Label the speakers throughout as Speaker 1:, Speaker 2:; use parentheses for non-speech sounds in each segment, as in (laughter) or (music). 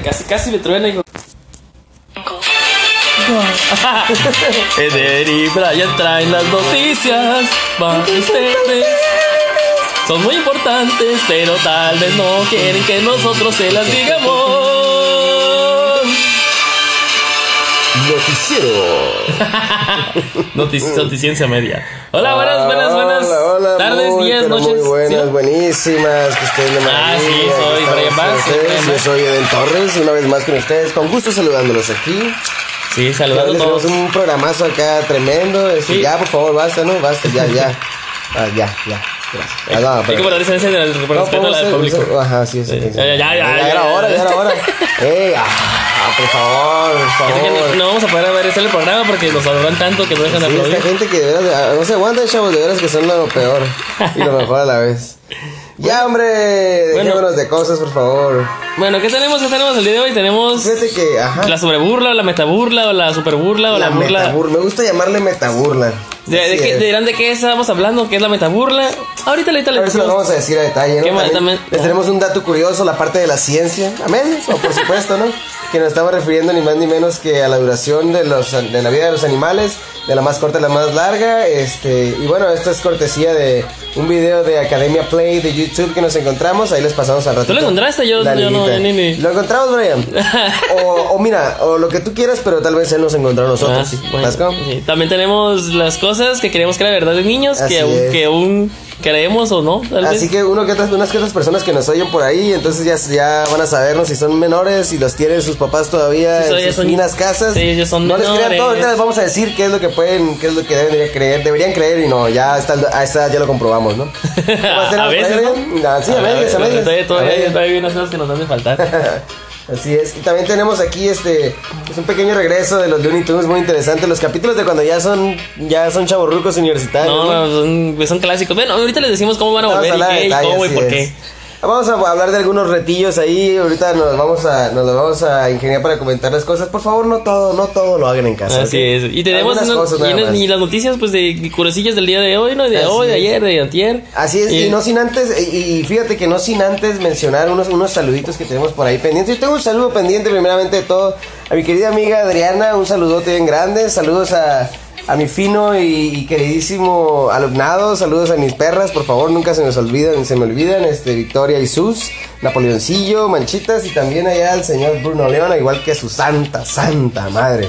Speaker 1: Casi, casi me truena, hijo. (laughs) Eder y Brian traen las noticias más ustedes. Son muy importantes, pero tal vez no quieren que nosotros se las digamos.
Speaker 2: Noticiero.
Speaker 1: Notic- noticiencia media. Hola, buenas, buenas, buenas.
Speaker 2: Ah, Hola, hola,
Speaker 1: Tardes,
Speaker 2: muy,
Speaker 1: días,
Speaker 2: pero
Speaker 1: noches.
Speaker 2: Muy buenas,
Speaker 1: ¿sí?
Speaker 2: buenísimas. Que ustedes me
Speaker 1: Ah, sí,
Speaker 2: maravillan,
Speaker 1: soy
Speaker 2: estamos
Speaker 1: Brian
Speaker 2: con
Speaker 1: Vance,
Speaker 2: ustedes.
Speaker 1: Brian
Speaker 2: Yo
Speaker 1: Vance.
Speaker 2: soy Eden Torres, una vez más con ustedes. Con gusto saludándolos aquí.
Speaker 1: Sí,
Speaker 2: Ya
Speaker 1: saludando a
Speaker 2: les
Speaker 1: todos.
Speaker 2: tenemos un programazo acá tremendo. Este,
Speaker 1: Sí.
Speaker 2: Ya, por favor, basta, ¿no? Basta,
Speaker 1: (laughs)
Speaker 2: ya, ya. Ah, ya, ya. Gracias. Ah, no,
Speaker 1: Hay
Speaker 2: pero-
Speaker 1: que guardar esa esencia del
Speaker 2: No,
Speaker 1: respeto
Speaker 2: podemos
Speaker 1: al
Speaker 2: hacer-
Speaker 1: público.
Speaker 2: hacer- Ajá, sí, sí.
Speaker 1: Eh,
Speaker 2: sí.
Speaker 1: ya, ya, ya, ya,
Speaker 2: era
Speaker 1: ya.
Speaker 2: hora, ya
Speaker 1: (laughs)
Speaker 2: era hora. ¡Ey! ah, ah, por favor,
Speaker 1: Esta
Speaker 2: por favor.
Speaker 1: gente No vamos a poder ver este programa porque nos saludan tanto que no dejan de
Speaker 2: Sí, esta
Speaker 1: aplaudir.
Speaker 2: gente que de veras, ah, no se aguanta, chavos, de veras que son lo peor y lo mejor a la vez. Ya, hombre, dejémonos de cosas, por favor.
Speaker 1: Bueno, ¿qué tenemos? ¿Qué tenemos el día de hoy? Tenemos
Speaker 2: Fíjate que, ajá,
Speaker 1: la sobreburla, o la metaburla, o la superburla, o la,
Speaker 2: la
Speaker 1: burla.
Speaker 2: metaburla, me gusta llamarle metaburla.
Speaker 1: ¿De, de
Speaker 2: Así
Speaker 1: qué,
Speaker 2: es.
Speaker 1: dirán de qué estábamos hablando? ¿Qué es la metaburla? Ahorita, ahorita le
Speaker 2: Ahora se lo
Speaker 1: decimos.
Speaker 2: vamos a decir a detalle, ¿no?
Speaker 1: Qué mal,
Speaker 2: También
Speaker 1: también.
Speaker 2: Les tenemos un dato curioso, la parte de la ciencia, a medias, o por supuesto, ¿no? Que nos estamos refiriendo ni más ni menos que a la duración de, los, de la vida de los animales, de la más corta a la más larga. Este, y bueno, esto es cortesía de un video de Academia Play de YouTube que nos encontramos. Ahí les pasamos al rato.
Speaker 1: lo encontraste? Yo- yo no, ni- ni-
Speaker 2: Lo encontramos,
Speaker 1: (laughs)
Speaker 2: Brian. o, o mira, o lo que tú quieras, pero tal vez él nos encontró a nosotros.
Speaker 1: Ah,
Speaker 2: ¿sí?
Speaker 1: bueno,
Speaker 2: ¿Vas con?
Speaker 1: sí. También tenemos las cosas que creemos que era verdad de niños,
Speaker 2: Así
Speaker 1: que aún,
Speaker 2: es.
Speaker 1: que aún creemos o no. tal vez.
Speaker 2: Así que uno que otras, unas que otras personas que nos oyen por ahí, entonces ya, ya van a sabernos si son menores, si los tienen sus papás todavía
Speaker 1: Sí,
Speaker 2: en
Speaker 1: soy-
Speaker 2: sus
Speaker 1: son-
Speaker 2: finas casas.
Speaker 1: sí, ellos son
Speaker 2: no les crean
Speaker 1: menores.
Speaker 2: todo, ahorita les vamos a decir qué es lo que pueden, qué es lo que deben de creer, deberían creer y no, ya está, a esta ya lo
Speaker 1: (laughs)
Speaker 2: comprobamos, ¿no? ¿Cómo
Speaker 1: A veces,
Speaker 2: ¿no? Ah, Sí, a medias, a medias.
Speaker 1: Todavía,
Speaker 2: a
Speaker 1: todavía,
Speaker 2: medias.
Speaker 1: todavía hay unas cosas que nos han de
Speaker 2: (laughs)
Speaker 1: faltar.
Speaker 2: Así es. Y también tenemos aquí este pues, un pequeño regreso de los Looney Tunes muy interesante, los capítulos de cuando ya son ya son chavorrucos universitarios.
Speaker 1: No, no, son, pues son clásicos. Bueno, ahorita les decimos cómo van a
Speaker 2: Vamos a
Speaker 1: volver y
Speaker 2: hablar de
Speaker 1: qué, y
Speaker 2: detalles,
Speaker 1: cómo y
Speaker 2: así
Speaker 1: por
Speaker 2: es.
Speaker 1: qué.
Speaker 2: Vamos a hablar de algunos retillos ahí. Ahorita nos vamos a, nos los vamos a ingeniar para comentar las cosas. Por favor, no todo, no todo lo hagan en casa.
Speaker 1: Así
Speaker 2: ¿ok?
Speaker 1: es. Y tenemos
Speaker 2: Algunas
Speaker 1: una-
Speaker 2: cosas
Speaker 1: y,
Speaker 2: nada
Speaker 1: una-
Speaker 2: más.
Speaker 1: y las noticias pues de curiosillas del día de hoy, ¿no? De
Speaker 2: Así
Speaker 1: hoy, de
Speaker 2: es.
Speaker 1: ayer, de antier.
Speaker 2: Así es, y, no sin antes, y, y fíjate que no sin antes mencionar unos, unos saluditos que tenemos por ahí pendientes. Yo tengo un saludo pendiente primeramente de todo a mi querida amiga Adriana, un saludote bien grande, saludos a, a mi fino y, y queridísimo alumnado, saludos a mis perras, por favor, nunca se nos olvidan, se me olvidan, este Victoria y Sus, Napoleoncillo, Manchitas y también allá al señor Bruno León, igual que su santa, santa madre.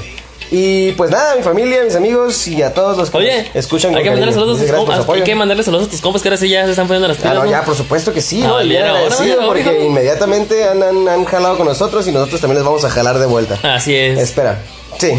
Speaker 2: Y pues nada, a mi familia, a mis amigos y a todos los que
Speaker 1: Oye,
Speaker 2: nos escuchan con
Speaker 1: hay que
Speaker 2: cariño.
Speaker 1: mandarle saludos a
Speaker 2: Muchas
Speaker 1: tus
Speaker 2: gracias por su
Speaker 1: compas. Hay
Speaker 2: apoyo.
Speaker 1: que mandarle saludos a tus compas que ahora sí ya se están poniendo las pilas.
Speaker 2: Claro,
Speaker 1: ¿no?
Speaker 2: Ah, ya, por supuesto que sí.
Speaker 1: Ah,
Speaker 2: No,
Speaker 1: ya
Speaker 2: bien
Speaker 1: era hora,
Speaker 2: agradecido
Speaker 1: ya,
Speaker 2: porque
Speaker 1: ahorita.
Speaker 2: inmediatamente han, han, han jalado con nosotros y nosotros también les vamos a jalar de vuelta.
Speaker 1: Así es.
Speaker 2: Espera. Sí.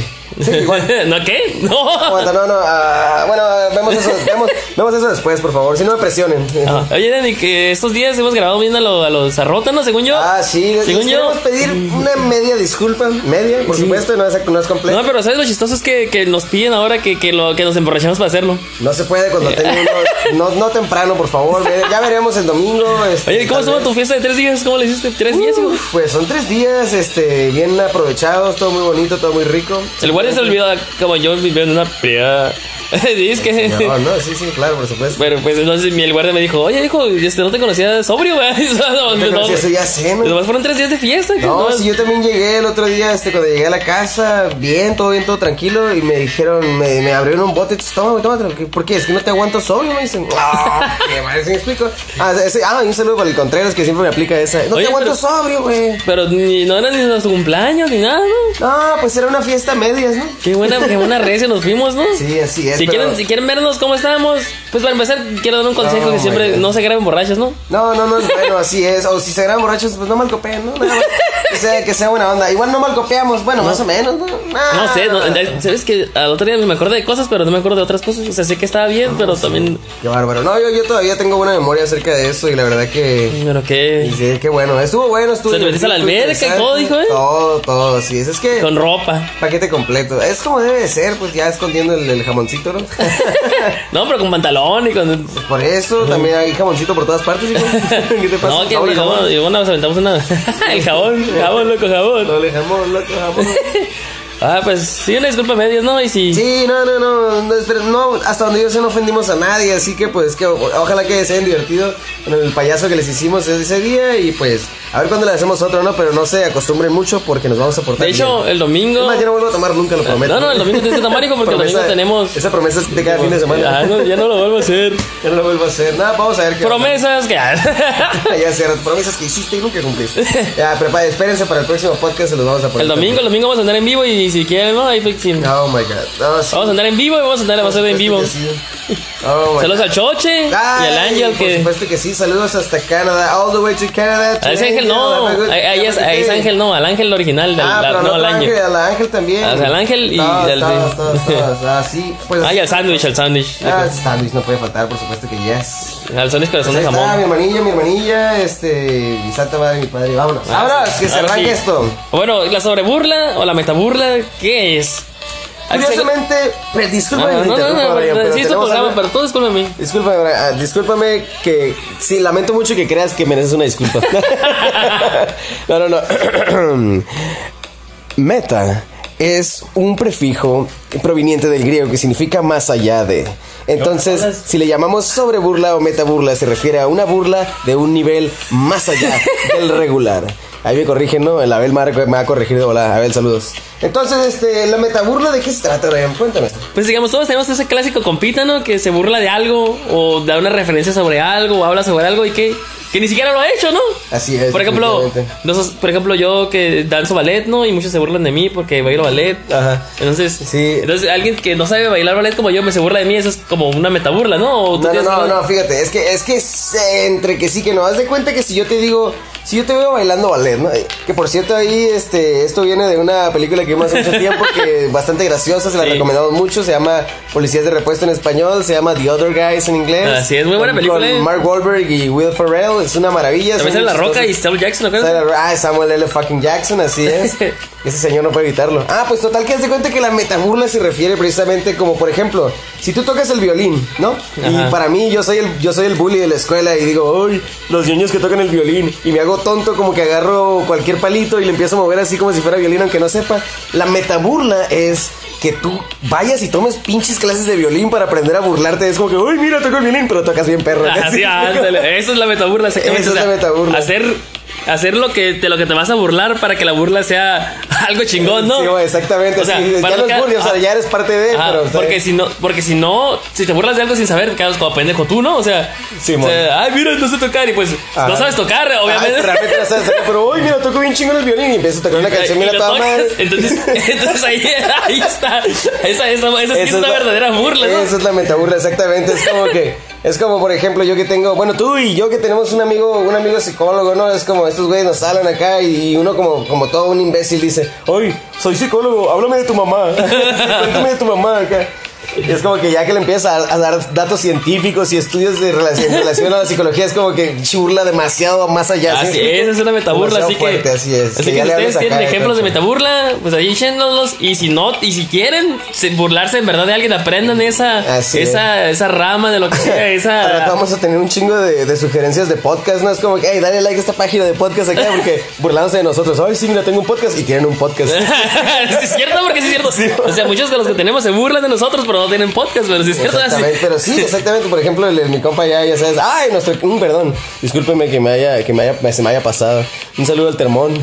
Speaker 2: Sí, igual.
Speaker 1: (laughs) ¿No qué? No.
Speaker 2: (laughs) Aguanta, no, no. ah, bueno, ah, vemos
Speaker 1: (laughs)
Speaker 2: eso, vemos, vemos eso después, por favor. Si no me presionen.
Speaker 1: Ah, Oye, Dani, que estos días hemos grabado viendo a, lo- a los arrótanos, según yo.
Speaker 2: Ah, sí.
Speaker 1: Según
Speaker 2: les
Speaker 1: yo-
Speaker 2: Queremos pedir una media disculpa. Media, por supuesto. No es, no es completa.
Speaker 1: No, pero ¿sabes lo chistoso? Es que, que nos piden ahora que, que, lo, que nos emborrachamos para hacerlo.
Speaker 2: No se puede cuando tengo uno. No, no temprano, por favor. ve- Ya veremos el domingo. este,
Speaker 1: Oye, ¿cómo
Speaker 2: tal
Speaker 1: estuvo
Speaker 2: vez.
Speaker 1: tu fiesta de tres días? ¿Cómo le hiciste? ¿Tres días? hijo?
Speaker 2: Pues son tres días este, bien aprovechados. Todo muy bonito, todo muy rico.
Speaker 1: El guardia se olvidó, como yo viviendo en una privada. (laughs) Dices que...
Speaker 2: No, no, sí, sí, claro, por supuesto.
Speaker 1: Pero pues entonces mi el guardia me dijo, oye hijo, este, no te conocía sobrio, güey. (laughs) No, no,
Speaker 2: Yo creo que
Speaker 1: güey.
Speaker 2: eso ya sé, ¿no?
Speaker 1: Nomás fueron tres días de fiesta. que
Speaker 2: No,
Speaker 1: no-
Speaker 2: si yo también llegué el otro día, este, cuando llegué a la casa, bien, todo bien, todo tranquilo, y me dijeron, me, me abrieron un bote, toma, güey, tómatelo, ¿qué- ¿por qué? Es que no te aguanto sobrio, me dicen, ah, (laughs) qué mal, ¿sí me explico? Ah, ese- ah, y un saludo para el Contreras, que siempre me aplica esa, no
Speaker 1: Oye,
Speaker 2: te aguanto
Speaker 1: pero-
Speaker 2: sobrio, güey.
Speaker 1: Pero ni, no era ni nuestro cumpleaños ni nada, ¿no?
Speaker 2: No, pues era una fiesta a medias, ¿no?
Speaker 1: Qué buena, qué buena recia nos fuimos, ¿no?
Speaker 2: Sí, así es,
Speaker 1: Si,
Speaker 2: pero-
Speaker 1: quieren, si quieren vernos cómo estábamos, pues para empezar quiero dar un consejo
Speaker 2: No,
Speaker 1: que siempre
Speaker 2: my God.
Speaker 1: no se graben borrachos, ¿no?
Speaker 2: No, no, no es bueno, así es. O si se graban borrachos, pues no malcopeen, ¿no? Nada más. Que sea, que sea buena onda. Igual no malcopeamos, bueno, más o menos, ¿no?
Speaker 1: No sé, no,
Speaker 2: Ah.
Speaker 1: sabes que al otro día me acordé de cosas, pero no me acuerdo de otras cosas. O sea, sé que estaba bien, pero también...
Speaker 2: Qué bárbaro. No, yo, yo todavía tengo buena memoria acerca de eso y la verdad que.
Speaker 1: Pero
Speaker 2: y
Speaker 1: qué...
Speaker 2: Sí, qué bueno. Estuvo bueno, estuvo.
Speaker 1: Se te metiste a la
Speaker 2: divertido,
Speaker 1: alberca y
Speaker 2: estuvo
Speaker 1: todo,
Speaker 2: interesante.
Speaker 1: hijo, ¿eh?
Speaker 2: Todo, todo, sí. Es, es que.
Speaker 1: Con ropa. (laughs)
Speaker 2: Paquete completo. Es como debe de ser, pues ya escondiendo el, el jamoncito, ¿no? (laughs)
Speaker 1: No, pero con pantalón y con...
Speaker 2: por eso también hay jamoncito por todas partes, hijo. (laughs) ¿Qué te pasa?
Speaker 1: No, que
Speaker 2: Doble
Speaker 1: el jabón, (laughs)
Speaker 2: jamón.
Speaker 1: y bueno, nos aventamos una. el jabón, jabón, loco, jabón.
Speaker 2: Doble jamón, loco, jamón.
Speaker 1: Ah, pues sí, una disculpa a medias, ¿no? Y si.
Speaker 2: Sí, no, no, no, no, espera, no, hasta donde yo sé no ofendimos a nadie, así que pues que o- ojalá que se hayan divertido con el payaso que les hicimos ese día y pues a ver cuándo le hacemos otro, ¿no? Pero no se acostumbren mucho porque nos vamos a portar
Speaker 1: De hecho,
Speaker 2: bien.
Speaker 1: el domingo.
Speaker 2: Es más, yo no vuelvo a tomar nunca, lo prometo.
Speaker 1: No, no, el domingo tienes que tomar, hijo, porque el
Speaker 2: Promesa-
Speaker 1: domingo tenemos.
Speaker 2: Esa promesa es de cada fin de semana.
Speaker 1: Ah, no, ya no lo vuelvo a hacer.
Speaker 2: (laughs) Ya no lo vuelvo a hacer. Nada, vamos a ver qué
Speaker 1: Promesas que.
Speaker 2: ya sé, promesas que hiciste y nunca cumpliste. Ya, prepá- espérense para el próximo podcast, se los vamos a
Speaker 1: (laughs)
Speaker 2: poner.
Speaker 1: El domingo, el domingo vamos a andar en vivo y si quieren, ¿no? Ahí pues, sí.
Speaker 2: Oh my god. No, sí.
Speaker 1: Vamos a andar en vivo y vamos a andar, vamos a hacer en vivo.
Speaker 2: Por supuesto que Pues, sí. Oh my
Speaker 1: Saludos
Speaker 2: god.
Speaker 1: al Choche y al
Speaker 2: Ay,
Speaker 1: Ángel
Speaker 2: Por
Speaker 1: que.
Speaker 2: supuesto que sí, saludos hasta Canadá, all the way to Canada.
Speaker 1: A ese Ángel no.
Speaker 2: Today,
Speaker 1: Ahí ahí es, ahí es Ángel no, al Ángel original, del-
Speaker 2: Ah,
Speaker 1: la-
Speaker 2: pero
Speaker 1: no al
Speaker 2: al
Speaker 1: Ángel. Ah,
Speaker 2: Ángel, al Ángel también.
Speaker 1: O sea, al Ángel y
Speaker 2: Todos,
Speaker 1: al-
Speaker 2: todos,
Speaker 1: (laughs)
Speaker 2: todos, todos. Ah, sí, pues.
Speaker 1: Ah, y al sándwich, al sándwich.
Speaker 2: Ah, sándwich no puede faltar, por supuesto que yes.
Speaker 1: Al sándwich corazón de
Speaker 2: Ahí está,
Speaker 1: Pues jamón.
Speaker 2: mi hermanilla, mi hermanilla, este, mi santa madre, mi padre, vámonos. Vámonos, que se
Speaker 1: Ahora
Speaker 2: arranque
Speaker 1: Ah, sí.
Speaker 2: esto.
Speaker 1: Bueno, la sobreburla o la metaburla, ¿qué es?
Speaker 2: Curiosamente, pues,
Speaker 1: Ah,
Speaker 2: disculpa,
Speaker 1: no, no, no, no,
Speaker 2: Brian, pero
Speaker 1: sí es tu
Speaker 2: tenemos
Speaker 1: programa,
Speaker 2: algo-
Speaker 1: pero tú discúlpame.
Speaker 2: Discúlpame, Brian, ah, discúlpame que. Sí, lamento mucho que creas que mereces una
Speaker 1: (laughs)
Speaker 2: disculpa. no, no, no. (clears throat) Meta es un prefijo proveniente del griego que significa más allá de. Entonces, si le llamamos sobreburla o metaburla, se refiere a una burla de un nivel más
Speaker 1: (laughs)
Speaker 2: allá del regular. Ahí me corrigen, ¿no? El Abel Marco me ha corregido. Hola, Abel, saludos. Entonces, este, la metaburla, ¿de qué se trata, Brian? Cuéntame.
Speaker 1: Pues digamos, todos tenemos ese clásico compita, ¿no? Que se burla de algo, o da una referencia sobre algo, o habla sobre algo y que, que ni siquiera lo ha hecho, ¿no?
Speaker 2: Así es,
Speaker 1: Por ejemplo,
Speaker 2: definitivamente.
Speaker 1: nosotros- por ejemplo, yo que danzo ballet, ¿no? Y muchos se burlan de mí porque bailo ballet.
Speaker 2: Ajá.
Speaker 1: Entonces,
Speaker 2: Ah, Sí.
Speaker 1: entonces alguien que no sabe bailar ballet como yo me se burla de mí, eso es como una metaburla, ¿no? O tú
Speaker 2: No, no,
Speaker 1: tienes
Speaker 2: no,
Speaker 1: algo-
Speaker 2: no, fíjate, es que, es que se- entre que sí que no, haz de cuenta que si yo te digo, si yo te veo bailando ballet, ¿no? Que por cierto ahí, este, esto viene de una película que vimos hace mucho tiempo,
Speaker 1: (laughs)
Speaker 2: que bastante graciosa, se la
Speaker 1: Sí.
Speaker 2: recomendamos mucho, se llama Policías de Repuesto en español, se llama The Other Guys en inglés.
Speaker 1: Así es, muy buena
Speaker 2: Con-
Speaker 1: película,
Speaker 2: Con
Speaker 1: eh.
Speaker 2: Mark Wahlberg y Will Ferrell, es una maravilla.
Speaker 1: También
Speaker 2: son
Speaker 1: sale La
Speaker 2: muy
Speaker 1: Roca y
Speaker 2: chistosos.
Speaker 1: Samuel Jackson, ¿no?
Speaker 2: Sale la- Ah, Samuel L. fucking Jackson,
Speaker 1: (laughs)
Speaker 2: así es. Ese señor no puede evitarlo. Ah, pues total que haz de cuenta que la metaburla se refiere precisamente como, por ejemplo, si tú tocas el violín, ¿no?
Speaker 1: Ajá.
Speaker 2: Y para mí, yo soy el yo soy el bully de la escuela y digo, uy, los niños que tocan el violín. Y me hago tonto como que agarro cualquier palito y le empiezo a mover así como si fuera violín, aunque no sepa. La metaburla es que tú vayas y tomes pinches clases de violín para aprender a burlarte. Es como que, uy, mira, toco el violín, pero tocas
Speaker 1: (laughs)
Speaker 2: bien perro. (laughs)
Speaker 1: Así, Ah, ándale. Eso es la metaburla. exactamente.
Speaker 2: Eso es la metaburla.
Speaker 1: Hacer, hacer lo que te, lo que te vas a burlar para que la burla sea (laughs) algo chingón, ¿no?
Speaker 2: Sí, güey, exactamente.
Speaker 1: O sea,
Speaker 2: sí, ya
Speaker 1: para
Speaker 2: los
Speaker 1: que-
Speaker 2: burles, o sea, ya eres parte de,
Speaker 1: Ajá,
Speaker 2: pero. o sea,
Speaker 1: porque si no, porque si no, si te burlas de algo sin saber, quedas como pendejo tú, ¿no? O sea,
Speaker 2: Sí,
Speaker 1: o
Speaker 2: mon.
Speaker 1: sea, ay, mira, no sé tocar y pues
Speaker 2: Ajá.
Speaker 1: no sabes tocar,
Speaker 2: ah,
Speaker 1: obviamente.
Speaker 2: realmente no sabes, pero hoy mira, toco bien chingón el violín y empiezo a tocar una
Speaker 1: (laughs)
Speaker 2: canción,
Speaker 1: Y
Speaker 2: mira
Speaker 1: lo
Speaker 2: toda
Speaker 1: tocas,
Speaker 2: madre.
Speaker 1: Entonces, (laughs) entonces ahí, ahí está. Esa, esa, esa, sí es
Speaker 2: Esa
Speaker 1: una
Speaker 2: la-
Speaker 1: verdadera burla, ¿no?
Speaker 2: Esa es la metaburla, exactamente. Es como que. Es como, por ejemplo, yo que tengo. Bueno, tú y yo que tenemos un amigo un amigo psicólogo, ¿no? Es como estos güeyes nos salen acá y uno, como, como todo un imbécil, dice: Oye, soy psicólogo, háblame de tu mamá. (laughs) Cuéntame de tu mamá acá. Y es como que ya que le empieza a, a dar datos científicos y estudios de relación, en relación a la psicología, es como que churla demasiado más allá. ¿sí?
Speaker 1: Así es, es una metaburla,
Speaker 2: Demasiado
Speaker 1: así que.
Speaker 2: fuerte, así es.
Speaker 1: Así
Speaker 2: Que
Speaker 1: que,
Speaker 2: ya
Speaker 1: si
Speaker 2: le
Speaker 1: ustedes
Speaker 2: hables acá,
Speaker 1: tienen
Speaker 2: entonces.
Speaker 1: ejemplos de metaburla, pues ahí échenlos. Y si no, y si quieren se- burlarse en verdad de alguien, aprendan esa,
Speaker 2: Así
Speaker 1: esa, esa rama de lo que
Speaker 2: (laughs)
Speaker 1: sea,
Speaker 2: Al rato
Speaker 1: esa.
Speaker 2: vamos a tener un chingo de, de sugerencias de podcast, ¿no? Es como que, hey, dale like a esta página de podcast acá
Speaker 1: (laughs)
Speaker 2: porque burlándose de nosotros. Ay, sí, mira, tengo un podcast y tienen un podcast.
Speaker 1: (laughs) Sí, es cierto, porque sí es cierto. o sea, muchos de los que tenemos se burlan de nosotros, pero no tienen podcast, pero sí es cierto. así-
Speaker 2: Exactamente, pero sí, exactamente. Por ejemplo, el, el- mi compa ya, ya sabes. Ay, nuestro. mm, perdón. Discúlpeme que me haya, que me haya, me- se me haya pasado. Un saludo
Speaker 1: (laughs)
Speaker 2: al Termón.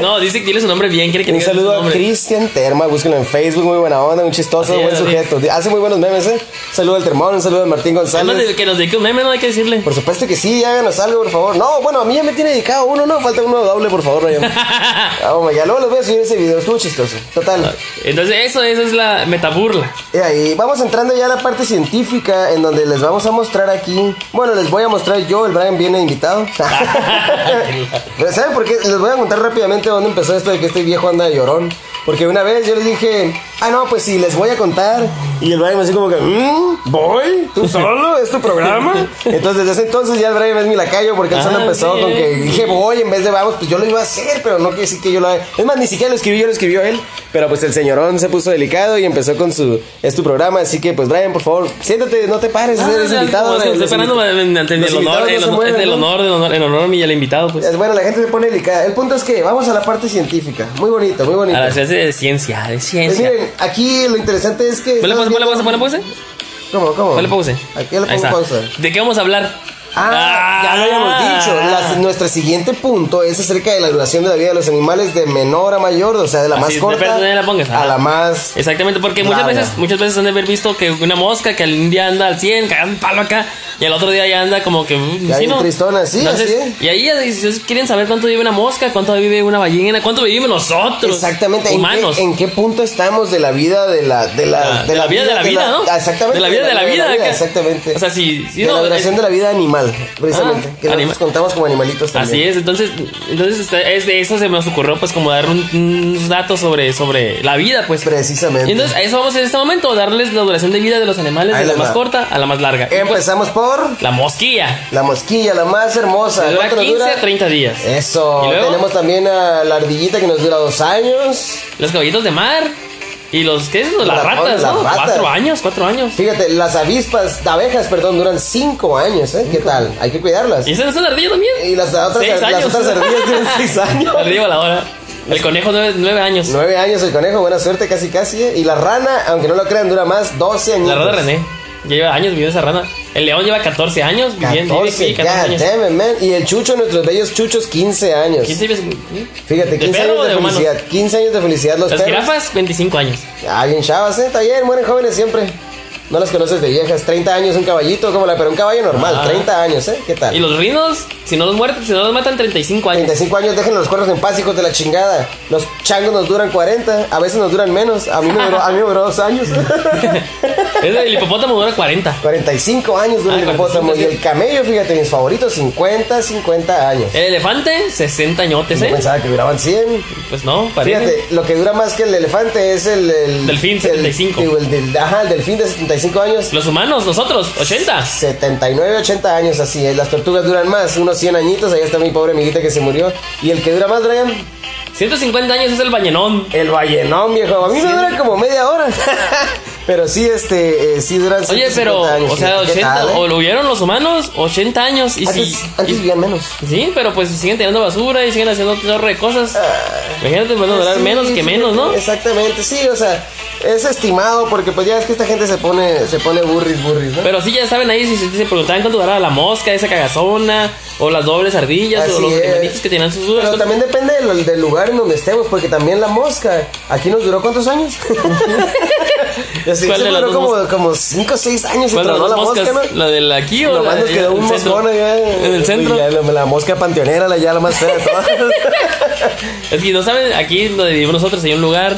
Speaker 1: no, dice que dile su nombre bien, quiere que
Speaker 2: Un
Speaker 1: diga su
Speaker 2: saludo a
Speaker 1: nombre.
Speaker 2: Cristian Terma, búsquenlo en Facebook, muy buena onda, un chistoso,
Speaker 1: Así
Speaker 2: buen
Speaker 1: es, así es.
Speaker 2: sujeto. Hace muy buenos memes, ¿eh? Un saludo al Termón, un saludo a Martín
Speaker 1: Además
Speaker 2: González.
Speaker 1: de que nos dedique un meme, no hay que decirle.
Speaker 2: Por supuesto que sí, háganos algo, por favor. No, bueno, a mí ya me tiene dedicado uno, no, falta uno doble, por favor, Ryan. Ah, oh my God, luego les voy a subir ese video, estuvo chistoso. Total.
Speaker 1: Entonces, eso, eso es la metaburla.
Speaker 2: Y ahí vamos entrando ya a la parte científica, en donde les vamos a mostrar aquí. Bueno, les voy a mostrar yo, el Brian viene invitado. Pero ¿saben por qué? Les voy a contar rápidamente dónde empezó esto de que este viejo anda de llorón. Porque una vez yo les dije, Ah, no, pues sí, les voy a contar. Y el Brian así como que, "Mm, ¿voy? ¿Tú solo? ¿Es tu programa? Entonces, desde ese entonces ya el Brian es mi lacayo porque él solo
Speaker 1: Ah,
Speaker 2: empezó
Speaker 1: sí.
Speaker 2: con que dije voy en vez de vamos. Pues yo lo iba a hacer, pero no quiere decir que yo lo haga. Es más, ni siquiera lo escribí, yo lo escribió él. Pero pues el señorón se puso delicado y empezó con su, es tu programa. Así que, pues Brian, por favor, siéntate, no te pares,
Speaker 1: Ah,
Speaker 2: eres
Speaker 1: o sea,
Speaker 2: invitado.
Speaker 1: como que
Speaker 2: los
Speaker 1: estoy esperando
Speaker 2: invitados-
Speaker 1: en- ante
Speaker 2: los
Speaker 1: el honor,
Speaker 2: invitados no
Speaker 1: el
Speaker 2: se
Speaker 1: honor,
Speaker 2: mueven,
Speaker 1: en el
Speaker 2: ¿no?
Speaker 1: honor, en honor, en honor y al invitado, pues.
Speaker 2: Es Bueno, la gente se pone delicada. El punto es que vamos a la parte científica. Muy bonito, muy bonito.
Speaker 1: A la clase de ciencia, de
Speaker 2: Pues
Speaker 1: ciencia.
Speaker 2: miren, aquí lo interesante es que.
Speaker 1: Ponle pausa, ponle pausa, ponle pausa.
Speaker 2: ¿Cómo, cómo?
Speaker 1: Ponle pausa.
Speaker 2: Aquí le
Speaker 1: Ahí
Speaker 2: pongo
Speaker 1: está.
Speaker 2: pausa.
Speaker 1: ¿De qué vamos a hablar?
Speaker 2: Ah, ya lo habíamos dicho. Las- nuestro siguiente punto es acerca de la duración de la vida de los animales de menor a mayor, o sea, de la
Speaker 1: Así
Speaker 2: más
Speaker 1: es,
Speaker 2: corta
Speaker 1: depende de dónde la pongas,
Speaker 2: a
Speaker 1: ajá.
Speaker 2: la más.
Speaker 1: Exactamente, porque muchas
Speaker 2: Nada.
Speaker 1: veces muchas veces han de haber visto que una mosca que al día anda al 100, cagando un palo acá, y al otro día ya anda como que. mm,
Speaker 2: Ya
Speaker 1: sí,
Speaker 2: bien
Speaker 1: ¿no?
Speaker 2: tristona, sí,
Speaker 1: Entonces,
Speaker 2: así ¿eh? es.
Speaker 1: Y ahí ya dices, quieren saber cuánto vive una mosca, cuánto vive una ballena, cuánto vivimos nosotros.
Speaker 2: Exactamente, ¿en qué,
Speaker 1: Humanos. Ah,
Speaker 2: en qué punto estamos de la vida de la de la,
Speaker 1: de la vida de la vida, ¿no?
Speaker 2: ah, Exactamente.
Speaker 1: De la vida de la vida, acá.
Speaker 2: exactamente.
Speaker 1: O sea, sí, sí,
Speaker 2: de
Speaker 1: no,
Speaker 2: la duración
Speaker 1: es-
Speaker 2: de la vida animal, precisamente,
Speaker 1: Ah,
Speaker 2: que nosotros
Speaker 1: anima-
Speaker 2: contamos como animalitos también.
Speaker 1: Así es, entonces, entonces este, es de eso se me ocurrió pues como dar un- unos datos sobre, sobre la vida, pues.
Speaker 2: Precisamente.
Speaker 1: Y entonces a eso vamos en este momento, darles la duración de vida de los animales
Speaker 2: Ahí
Speaker 1: de la
Speaker 2: les
Speaker 1: más
Speaker 2: va. Eh,
Speaker 1: corta a la más larga. Y, pues,
Speaker 2: Empezamos por
Speaker 1: la mosquilla.
Speaker 2: la mosquilla, la más hermosa.
Speaker 1: que Dura
Speaker 2: ¿Cuánto nos
Speaker 1: 15
Speaker 2: dura? Eh.
Speaker 1: a 30 días.
Speaker 2: Eso.
Speaker 1: ¿Y luego?
Speaker 2: Tenemos también a la ardillita que nos dura dos años.
Speaker 1: Los caballitos de mar y los, ¿qué es eso? Las
Speaker 2: Las
Speaker 1: ratas,
Speaker 2: ratas,
Speaker 1: ¿no?
Speaker 2: las ratas.
Speaker 1: Cuatro años, cuatro años.
Speaker 2: Fíjate, las avispas, abejas, perdón, duran cinco años, ¿eh? ¿Qué tal? Hay que cuidarlas.
Speaker 1: ¿Y esa es ardilla también?
Speaker 2: Y las otras,
Speaker 1: Seis
Speaker 2: las
Speaker 1: años.
Speaker 2: otras ardillas
Speaker 1: (laughs)
Speaker 2: tienen seis años.
Speaker 1: Arriba la hora. El conejo nueve, nueve años.
Speaker 2: Nueve años el conejo, buena suerte, casi casi. ¿eh? Y la rana, aunque no lo crean, dura más, 12 años.
Speaker 1: La rana René. Ya lleva años viviendo esa rana. El león lleva 14 años viviendo.
Speaker 2: 14,
Speaker 1: sí, 14
Speaker 2: god
Speaker 1: años.
Speaker 2: damn it, man. Y el chucho, nuestros bellos chuchos, 15 años.
Speaker 1: 15 años.
Speaker 2: Fíjate, 15
Speaker 1: perro o
Speaker 2: años de,
Speaker 1: de humano?
Speaker 2: felicidad. 15 años de felicidad los
Speaker 1: Las
Speaker 2: perros.
Speaker 1: jirafas, 25 años.
Speaker 2: Ah, bien chavas, ¿eh? Está bien, mueren jóvenes siempre. No las conoces de viejas. 30 años un caballito, como la, pero un caballo normal.
Speaker 1: Ah.
Speaker 2: 30 años, ¿eh? ¿Qué
Speaker 1: Y
Speaker 2: tal?
Speaker 1: los rinos, si no los muerten, si no los matan, 35 años.
Speaker 2: 35 años, dejen los cuernos en paz, hijos de la chingada. Los changos nos duran 40, a veces nos duran menos. A mí me duró, a mí me duró
Speaker 1: (laughs)
Speaker 2: dos años.
Speaker 1: Es el hipopótamo dura 40.
Speaker 2: 45 años dura
Speaker 1: Ah,
Speaker 2: el hipopótamo.
Speaker 1: 45,
Speaker 2: Y el camello, fíjate, mis favoritos, 50, 50 años.
Speaker 1: El elefante, 60 añotes,
Speaker 2: Yo
Speaker 1: ¿eh?
Speaker 2: pensaba que duraban 100.
Speaker 1: Pues no, parece.
Speaker 2: Fíjate, lo que dura más que el elefante es el... el
Speaker 1: Delfín,
Speaker 2: el-
Speaker 1: 75.
Speaker 2: digo, el del- ajá, el delfín de 75 años.
Speaker 1: Los humanos, nosotros, 80.
Speaker 2: 79, 80 años, así es. Las tortugas duran más, unos 100 añitos. Ahí está mi pobre amiguita que se murió. Y el que dura más, Brian,
Speaker 1: 150 años es el bañenón.
Speaker 2: el vallenón, viejo. A mí me dura como media hora. (laughs) pero sí, este, eh, sí duran
Speaker 1: Oye,
Speaker 2: 150
Speaker 1: pero,
Speaker 2: años.
Speaker 1: o sea,
Speaker 2: fíjate, ¿qué
Speaker 1: 80,
Speaker 2: tal, eh?
Speaker 1: o lo vieron los humanos, 80 años, y
Speaker 2: Antes,
Speaker 1: si...
Speaker 2: antes vivían menos.
Speaker 1: y- sí, pero pues siguen tirando basura y siguen haciendo otro de cosas. Imagínate, van a durar
Speaker 2: Ah, Sí,
Speaker 1: menos que
Speaker 2: sí,
Speaker 1: menos, ¿no?
Speaker 2: Exactamente, sí, o sea, es estimado porque pues ya es que esta gente se pone, se pone burris, burris, ¿no?
Speaker 1: Pero sí, ya saben ahí, si se, "Pues, si se preguntaban cuánto duraba la mosca, esa cagazona, o las dobles ardillas, o
Speaker 2: Así
Speaker 1: los
Speaker 2: es.
Speaker 1: hermanitos que tenían sus dudas.
Speaker 2: Pero también depende del, del lugar en donde estemos, porque también la mosca, aquí nos duró cuántos años? (laughs)
Speaker 1: (laughs)
Speaker 2: Yo sí,
Speaker 1: ¿Cuál
Speaker 2: se
Speaker 1: de las
Speaker 2: duró
Speaker 1: dos
Speaker 2: como, como 5 o 6 años y
Speaker 1: ¿Cuál de Pues, las
Speaker 2: tronó la
Speaker 1: dos moscas?
Speaker 2: mosca, ¿no?
Speaker 1: ¿La de la aquí o la
Speaker 2: Nomás nos
Speaker 1: de-
Speaker 2: quedó
Speaker 1: en
Speaker 2: un
Speaker 1: el centro?
Speaker 2: moscón allá.
Speaker 1: En el centro.
Speaker 2: Y ya La, la mosca panteonera, la ya la más fea
Speaker 1: (laughs)
Speaker 2: de todas.
Speaker 1: Es que no saben, aquí donde vivimos nosotros hay un lugar,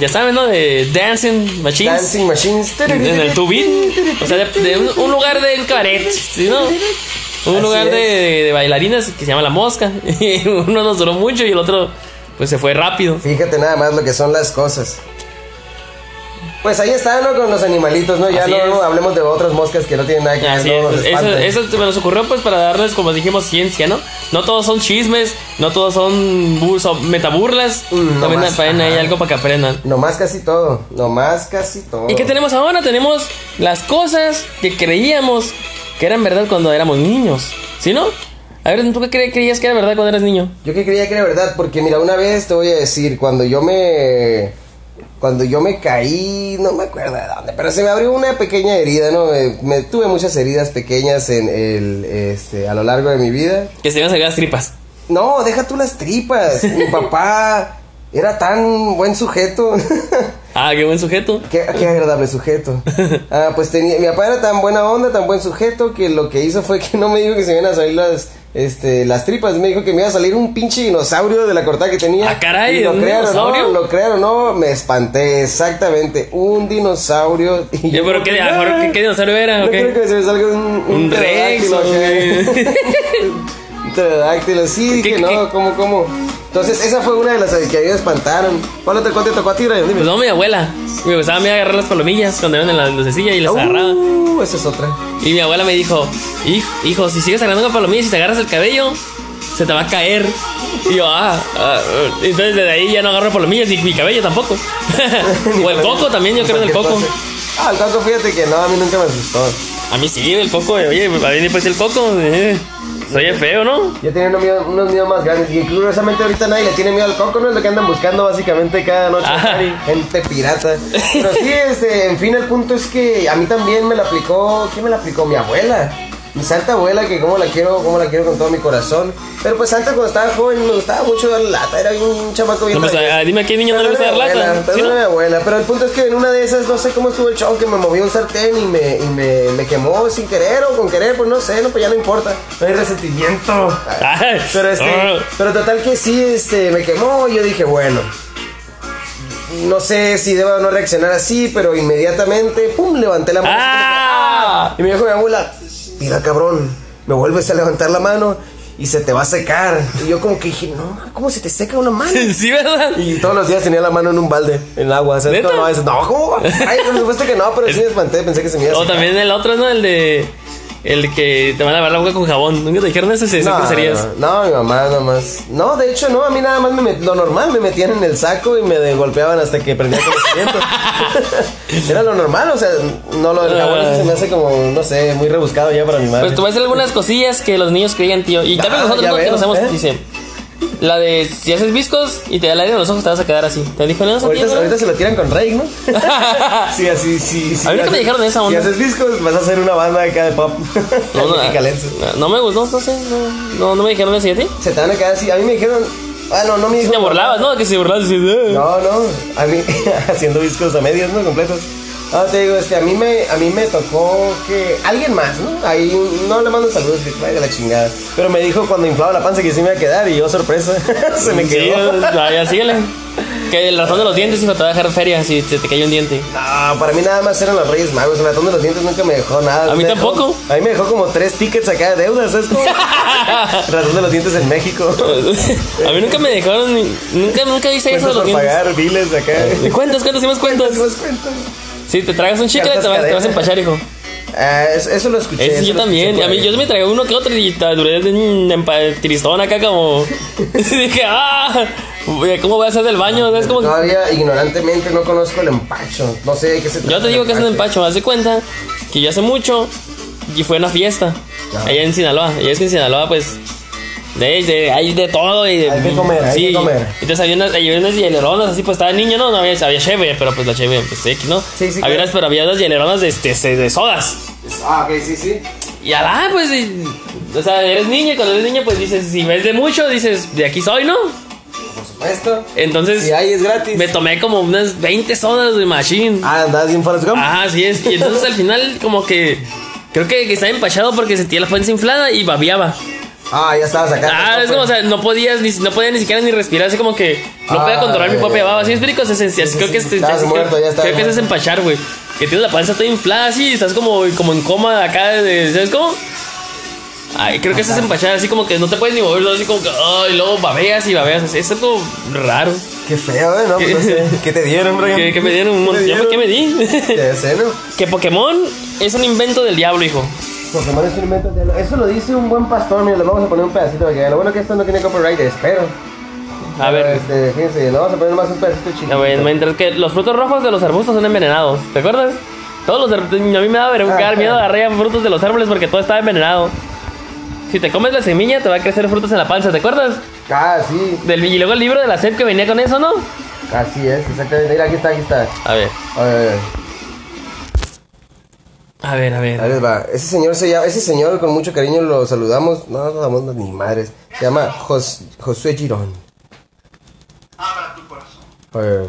Speaker 1: ya saben, ¿no? De Dancing Machines.
Speaker 2: (laughs) Dancing Machines.
Speaker 1: En el tubín. O sea, de, de un, un lugar de un cabaret, ¿sí, no? Un
Speaker 2: Así
Speaker 1: lugar
Speaker 2: es.
Speaker 1: de, de bailarinas que se llama La Mosca. (laughs) Y uno nos duró mucho y el otro, pues se fue rápido.
Speaker 2: Fíjate nada más lo que son las cosas. Pues ahí está, ¿no? Con los animalitos, ¿no? Ya
Speaker 1: Así
Speaker 2: no
Speaker 1: es.
Speaker 2: hablemos de otras moscas que no tienen nada que ver.
Speaker 1: Así
Speaker 2: no
Speaker 1: es,
Speaker 2: nos
Speaker 1: eso,
Speaker 2: espanten.
Speaker 1: eso se nos ocurrió pues para darles, como dijimos, ciencia, ¿no? No todos son chismes, no todos son bu- son metaburlas.
Speaker 2: Mm, no
Speaker 1: También
Speaker 2: más.
Speaker 1: también hay
Speaker 2: Ajá.
Speaker 1: algo para que aprendan.
Speaker 2: Nomás casi todo. Nomás casi todo.
Speaker 1: ¿Y qué tenemos ahora? Tenemos las cosas que creíamos que eran verdad cuando éramos niños, ¿sí no? A ver, ¿tú qué cre- creías que era verdad cuando eras niño?
Speaker 2: Yo que creía que era verdad, porque mira, una vez te voy a decir, cuando yo me. Cuando yo me caí, no me acuerdo de dónde, pero se me abrió una pequeña herida, ¿no? Eh, Me, tuve muchas heridas pequeñas en el, este, a lo largo de mi vida.
Speaker 1: Que se iban a sacar las tripas.
Speaker 2: No, deja tú las tripas. Mi papá era tan buen sujeto. (laughs)
Speaker 1: Ah, qué buen sujeto.
Speaker 2: Qué, qué
Speaker 1: (laughs)
Speaker 2: agradable sujeto. Ah, pues tenía, mi papá era tan buena onda, tan buen sujeto, que lo que hizo fue que no me dijo que se me iban a salir las, este, las tripas, me dijo que me iba a salir un pinche dinosaurio de la cortada que tenía.
Speaker 1: Ah, caray,
Speaker 2: Y lo
Speaker 1: ¿un
Speaker 2: crearon, no,
Speaker 1: dinosaurio?
Speaker 2: lo crearon, no, me espanté, exactamente, un dinosaurio. Y
Speaker 1: Yo
Speaker 2: (laughs)
Speaker 1: creo que a lo mejor, ¿qué, qué dinosaurio era?
Speaker 2: No
Speaker 1: ¿O
Speaker 2: creo
Speaker 1: qué?
Speaker 2: que se me salga un...
Speaker 1: Un rex.
Speaker 2: pterodáctilo,
Speaker 1: o
Speaker 2: ¿qué?
Speaker 1: qué?
Speaker 2: (laughs) Un pterodáctilo, sí,
Speaker 1: ¿Qué-
Speaker 2: dije,
Speaker 1: qué-
Speaker 2: no, ¿cómo, cómo? Entonces, esa fue una de las que a mí me espantaron. ¿Cuál te, cuál te tocó a ti, Brian? Dime.
Speaker 1: Pues no, mi abuela. Mi gustaba a mí agarrar las palomillas cuando eran en la lucecilla y las agarraba.
Speaker 2: Uh, esa es otra.
Speaker 1: Y mi abuela me dijo, hijo, hijo, si sigues agarrando palomillas y te agarras el cabello, se te va a caer. Y yo, ah, ah, ah". entonces desde ahí ya no agarro palomillas y mi cabello
Speaker 2: (laughs)
Speaker 1: tampoco. o el coco también, yo creo en el coco.
Speaker 2: Cualquier cosa. Ah, el coco, fíjate que no, a mí nunca me asustó.
Speaker 1: A mí sí, el coco, eh, oye, a mí después el coco. eh, se oye feo, ¿no?
Speaker 2: Yo tenía unos miedos, unos miedos más grandes. Y curiosamente ahorita nadie le tiene miedo al coco, no es lo que andan buscando básicamente cada noche.
Speaker 1: Ajá.
Speaker 2: Gente pirata. Pero sí, este, en fin, el punto es que a mí también me la aplicó. ¿Quién me la aplicó? Mi abuela. Mi santa abuela, que como la quiero, como la quiero con todo mi corazón. Pero pues antes cuando estaba joven me gustaba mucho dar lata, era un chamaco bien
Speaker 1: No, pues,
Speaker 2: travieso.
Speaker 1: ah, dime a qué niño no le gusta dar
Speaker 2: Perdóname,
Speaker 1: lata.
Speaker 2: abuela,
Speaker 1: ¿Sí, no?
Speaker 2: perdóname, abuela, pero el punto es que en una de esas, no sé cómo estuvo el show, que me movió un sartén y me, y me, me quemó sin querer o con querer, pues no sé, no, pues ya no importa. No hay resentimiento.
Speaker 1: Ay,
Speaker 2: Pero, este,
Speaker 1: ah.
Speaker 2: pero total que sí, este, me quemó y yo dije, bueno, no sé si debo o no reaccionar así, pero inmediatamente, pum, levanté la mano.
Speaker 1: ¡Ah!
Speaker 2: Y me dijo mi abuela, mira cabrón, me vuelves a levantar la mano y se te va a secar. Y yo como que dije, no, ¿cómo se te seca una mano?
Speaker 1: oh. (laughs) Sí, ¿verdad?
Speaker 2: Y todos los días tenía la mano en un balde, en agua. O sea,
Speaker 1: ¿Neta?
Speaker 2: no, no, es- no,
Speaker 1: (laughs)
Speaker 2: ¿cómo? Ay, por supuesto que no, pero sí me espanté, pensé que se me iba a
Speaker 1: O
Speaker 2: secar.
Speaker 1: también el otro, ¿no? El de. El que te van a lavar la boca con jabón. Nunca te dijeron eso, si
Speaker 2: No,
Speaker 1: serías.
Speaker 2: no, no, mi mamá nada más. No, de hecho no, a mí nada más me met- lo normal, me metían en el saco y me de- golpeaban hasta que perdía
Speaker 1: (laughs)
Speaker 2: conocimiento. Era lo normal, o sea, no lo del jabón
Speaker 1: Ah.
Speaker 2: eso se me hace como, no sé, muy rebuscado ya para mi madre.
Speaker 1: Pues te voy a decir algunas cosillas que los niños creían, tío. Y también
Speaker 2: Ah,
Speaker 1: nosotros
Speaker 2: ya
Speaker 1: no, que
Speaker 2: veo,
Speaker 1: nos hemos.
Speaker 2: ¿eh?
Speaker 1: Dice. La de si haces viscos y te da el aire en los ojos, te vas a quedar así. ¿Te dijo eso,
Speaker 2: Ahorita,
Speaker 1: tío? no? (laughs)
Speaker 2: ahorita se lo tiran con Rake, ¿no? Sí, así, sí, sí.
Speaker 1: A mí nunca
Speaker 2: haces-
Speaker 1: me dijeron esa onda.
Speaker 2: Si haces discos, vas a hacer una banda acá de pop.
Speaker 1: No,
Speaker 2: (laughs)
Speaker 1: no,
Speaker 2: Mexicalense.
Speaker 1: no, no me gustó, no sé. No, no, no me dijeron eso, ¿y a ti?
Speaker 2: Se te van a quedar así. A mí me dijeron, ah, no, no me
Speaker 1: Sí te
Speaker 2: dijeron.
Speaker 1: burlabas, ¿no? Que se burlabas y dices, "Eh".
Speaker 2: No, no, a mí (laughs) haciendo discos a medias, no completos. No, te digo, este, a mí me, a mí me tocó que alguien más, ¿no? Ahí no le mando saludos, que vaya la chingada. Pero me dijo cuando inflaba la panza que sí me iba a quedar y yo sorpresa, (laughs) se me
Speaker 1: Sí,
Speaker 2: quedó.
Speaker 1: Mm, ya, ya, síguele. Que el ratón de los dientes, hijo, te va a dejar feria si te, te cayó un diente. (laughs)
Speaker 2: No, para mí nada más eran los Reyes Magos, el ratón de los dientes nunca me dejó nada.
Speaker 1: A mí
Speaker 2: Me dejó-
Speaker 1: tampoco.
Speaker 2: a mí me dejó como tres tickets acá de deudas,
Speaker 1: (laughs)
Speaker 2: es como el ratón de los dientes en México.
Speaker 1: A mí nunca me dejaron. ni- Nunca, nunca hice eso de
Speaker 2: Cuentas
Speaker 1: los
Speaker 2: por
Speaker 1: dientes.
Speaker 2: pagar, biles acá.
Speaker 1: ¿Y ¿Cuántas, cuántas hicimos cuentas?
Speaker 2: ¿Te das cuenta?
Speaker 1: Si te tragas un chicle,
Speaker 2: Cartas
Speaker 1: te vas, te vas a
Speaker 2: cadena.
Speaker 1: empachar, hijo.
Speaker 2: Ah, eso, eso lo escuché.
Speaker 1: Ese
Speaker 2: eso
Speaker 1: yo
Speaker 2: lo escuché
Speaker 1: también.
Speaker 2: por
Speaker 1: A mí,
Speaker 2: ahí.
Speaker 1: yo me tragué uno que otro y ta- duré en empa- tristón acá
Speaker 2: (laughs)
Speaker 1: como. (laughs) y dije, ¡ah! Oye, ¿Cómo voy a hacer del baño? ¿Sabes cómo?
Speaker 2: Todavía ignorantemente no conozco el empacho. No sé de qué se trata.
Speaker 1: Yo te digo
Speaker 2: el
Speaker 1: que es un empacho, haz de cuenta que yo hace mucho y fue una fiesta
Speaker 2: Ajá.
Speaker 1: allá en Sinaloa. Y es que en Sinaloa, pues, de, de- hay de todo y de,
Speaker 2: Hay que comer, hay que comer.
Speaker 1: Entonces había unas, había unas hieleronas así, pues estaba niño, no, no había, había cheve, pero pues la cheve, pues X, ¿no?
Speaker 2: Sí, sí,
Speaker 1: había
Speaker 2: claro.
Speaker 1: unas, pero había unas hieleronas de, este, se- de sodas.
Speaker 2: Ah, ok, sí, sí.
Speaker 1: Y alá, pues, y- o sea, eres niño y cuando eres niño, pues dices, si ves de mucho, dices, de aquí soy, ¿no?
Speaker 2: Por supuesto.
Speaker 1: Entonces,
Speaker 2: Si hay es gratis.
Speaker 1: me tomé como unas 20 sodas de machine.
Speaker 2: Ah, andas bien Forrest Gump.
Speaker 1: Ah, así es. Y entonces al final, como que. Creo que, que estaba empachado porque sentía la panza inflada y babeaba.
Speaker 2: Ah, ya estabas acá.
Speaker 1: Ah, es como, o sea, no podías ni, no podía ni siquiera ni respirar, así como que no
Speaker 2: Ah,
Speaker 1: podía controlar mi
Speaker 2: ya,
Speaker 1: propia
Speaker 2: ya.
Speaker 1: baba. Así me explico, o sea, se- se-
Speaker 2: sí,
Speaker 1: creo
Speaker 2: sí.
Speaker 1: que este-
Speaker 2: Estabas
Speaker 1: creo-
Speaker 2: muerto, ya estabas
Speaker 1: creo que ese es
Speaker 2: muerto.
Speaker 1: empachar, güey. Que tienes la panza toda inflada así, y estás como, como en coma acá, de, ¿sabes cómo? Ay, creo que ese es empachar, así como que no te puedes ni mover, así como que, ay, luego babeas y babeas, así, es algo raro.
Speaker 2: Qué feo, ¿eh? No, pues no
Speaker 1: (laughs)
Speaker 2: sé. ¿Qué te dieron, Brian?
Speaker 1: Que, que me dieron un
Speaker 2: ¿Qué
Speaker 1: montón.
Speaker 2: te
Speaker 1: ¿Qué me
Speaker 2: dieron?
Speaker 1: di? (laughs)
Speaker 2: Ya sé, ¿no?
Speaker 1: que Pokémon es un invento del diablo, hijo.
Speaker 2: Pokémon es un invento de- Eso lo dice un buen pastor, mira, le vamos a poner un pedacito para que vean. Lo bueno que esto no tiene copyright, espero.
Speaker 1: A ver, Ah,
Speaker 2: Este, fíjense, le vamos a poner más un pedacito chiquito.
Speaker 1: a ver, mientras que los frutos rojos de los arbustos son envenenados, ¿te acuerdas? Todos los ar- a mí me daba vergüenza,
Speaker 2: Ajá.
Speaker 1: miedo agarrar frutos de los árboles porque todo estaba envenenado. Si te comes la semilla te va a crecer frutos en la panza, ¿te acuerdas?
Speaker 2: Ah, sí.
Speaker 1: Del, y luego el libro de la SEP que venía con eso, ¿no?
Speaker 2: Así es, exactamente. Mira, aquí está, aquí está.
Speaker 1: A ver,
Speaker 2: A ver.
Speaker 1: a ver, a ver.
Speaker 2: Ahí les va. Ese señor se llama, ese señor con mucho cariño lo saludamos, no nos damos ni madres. Se llama Jos- Josué Girón.
Speaker 3: Abra tu corazón.
Speaker 2: Eh,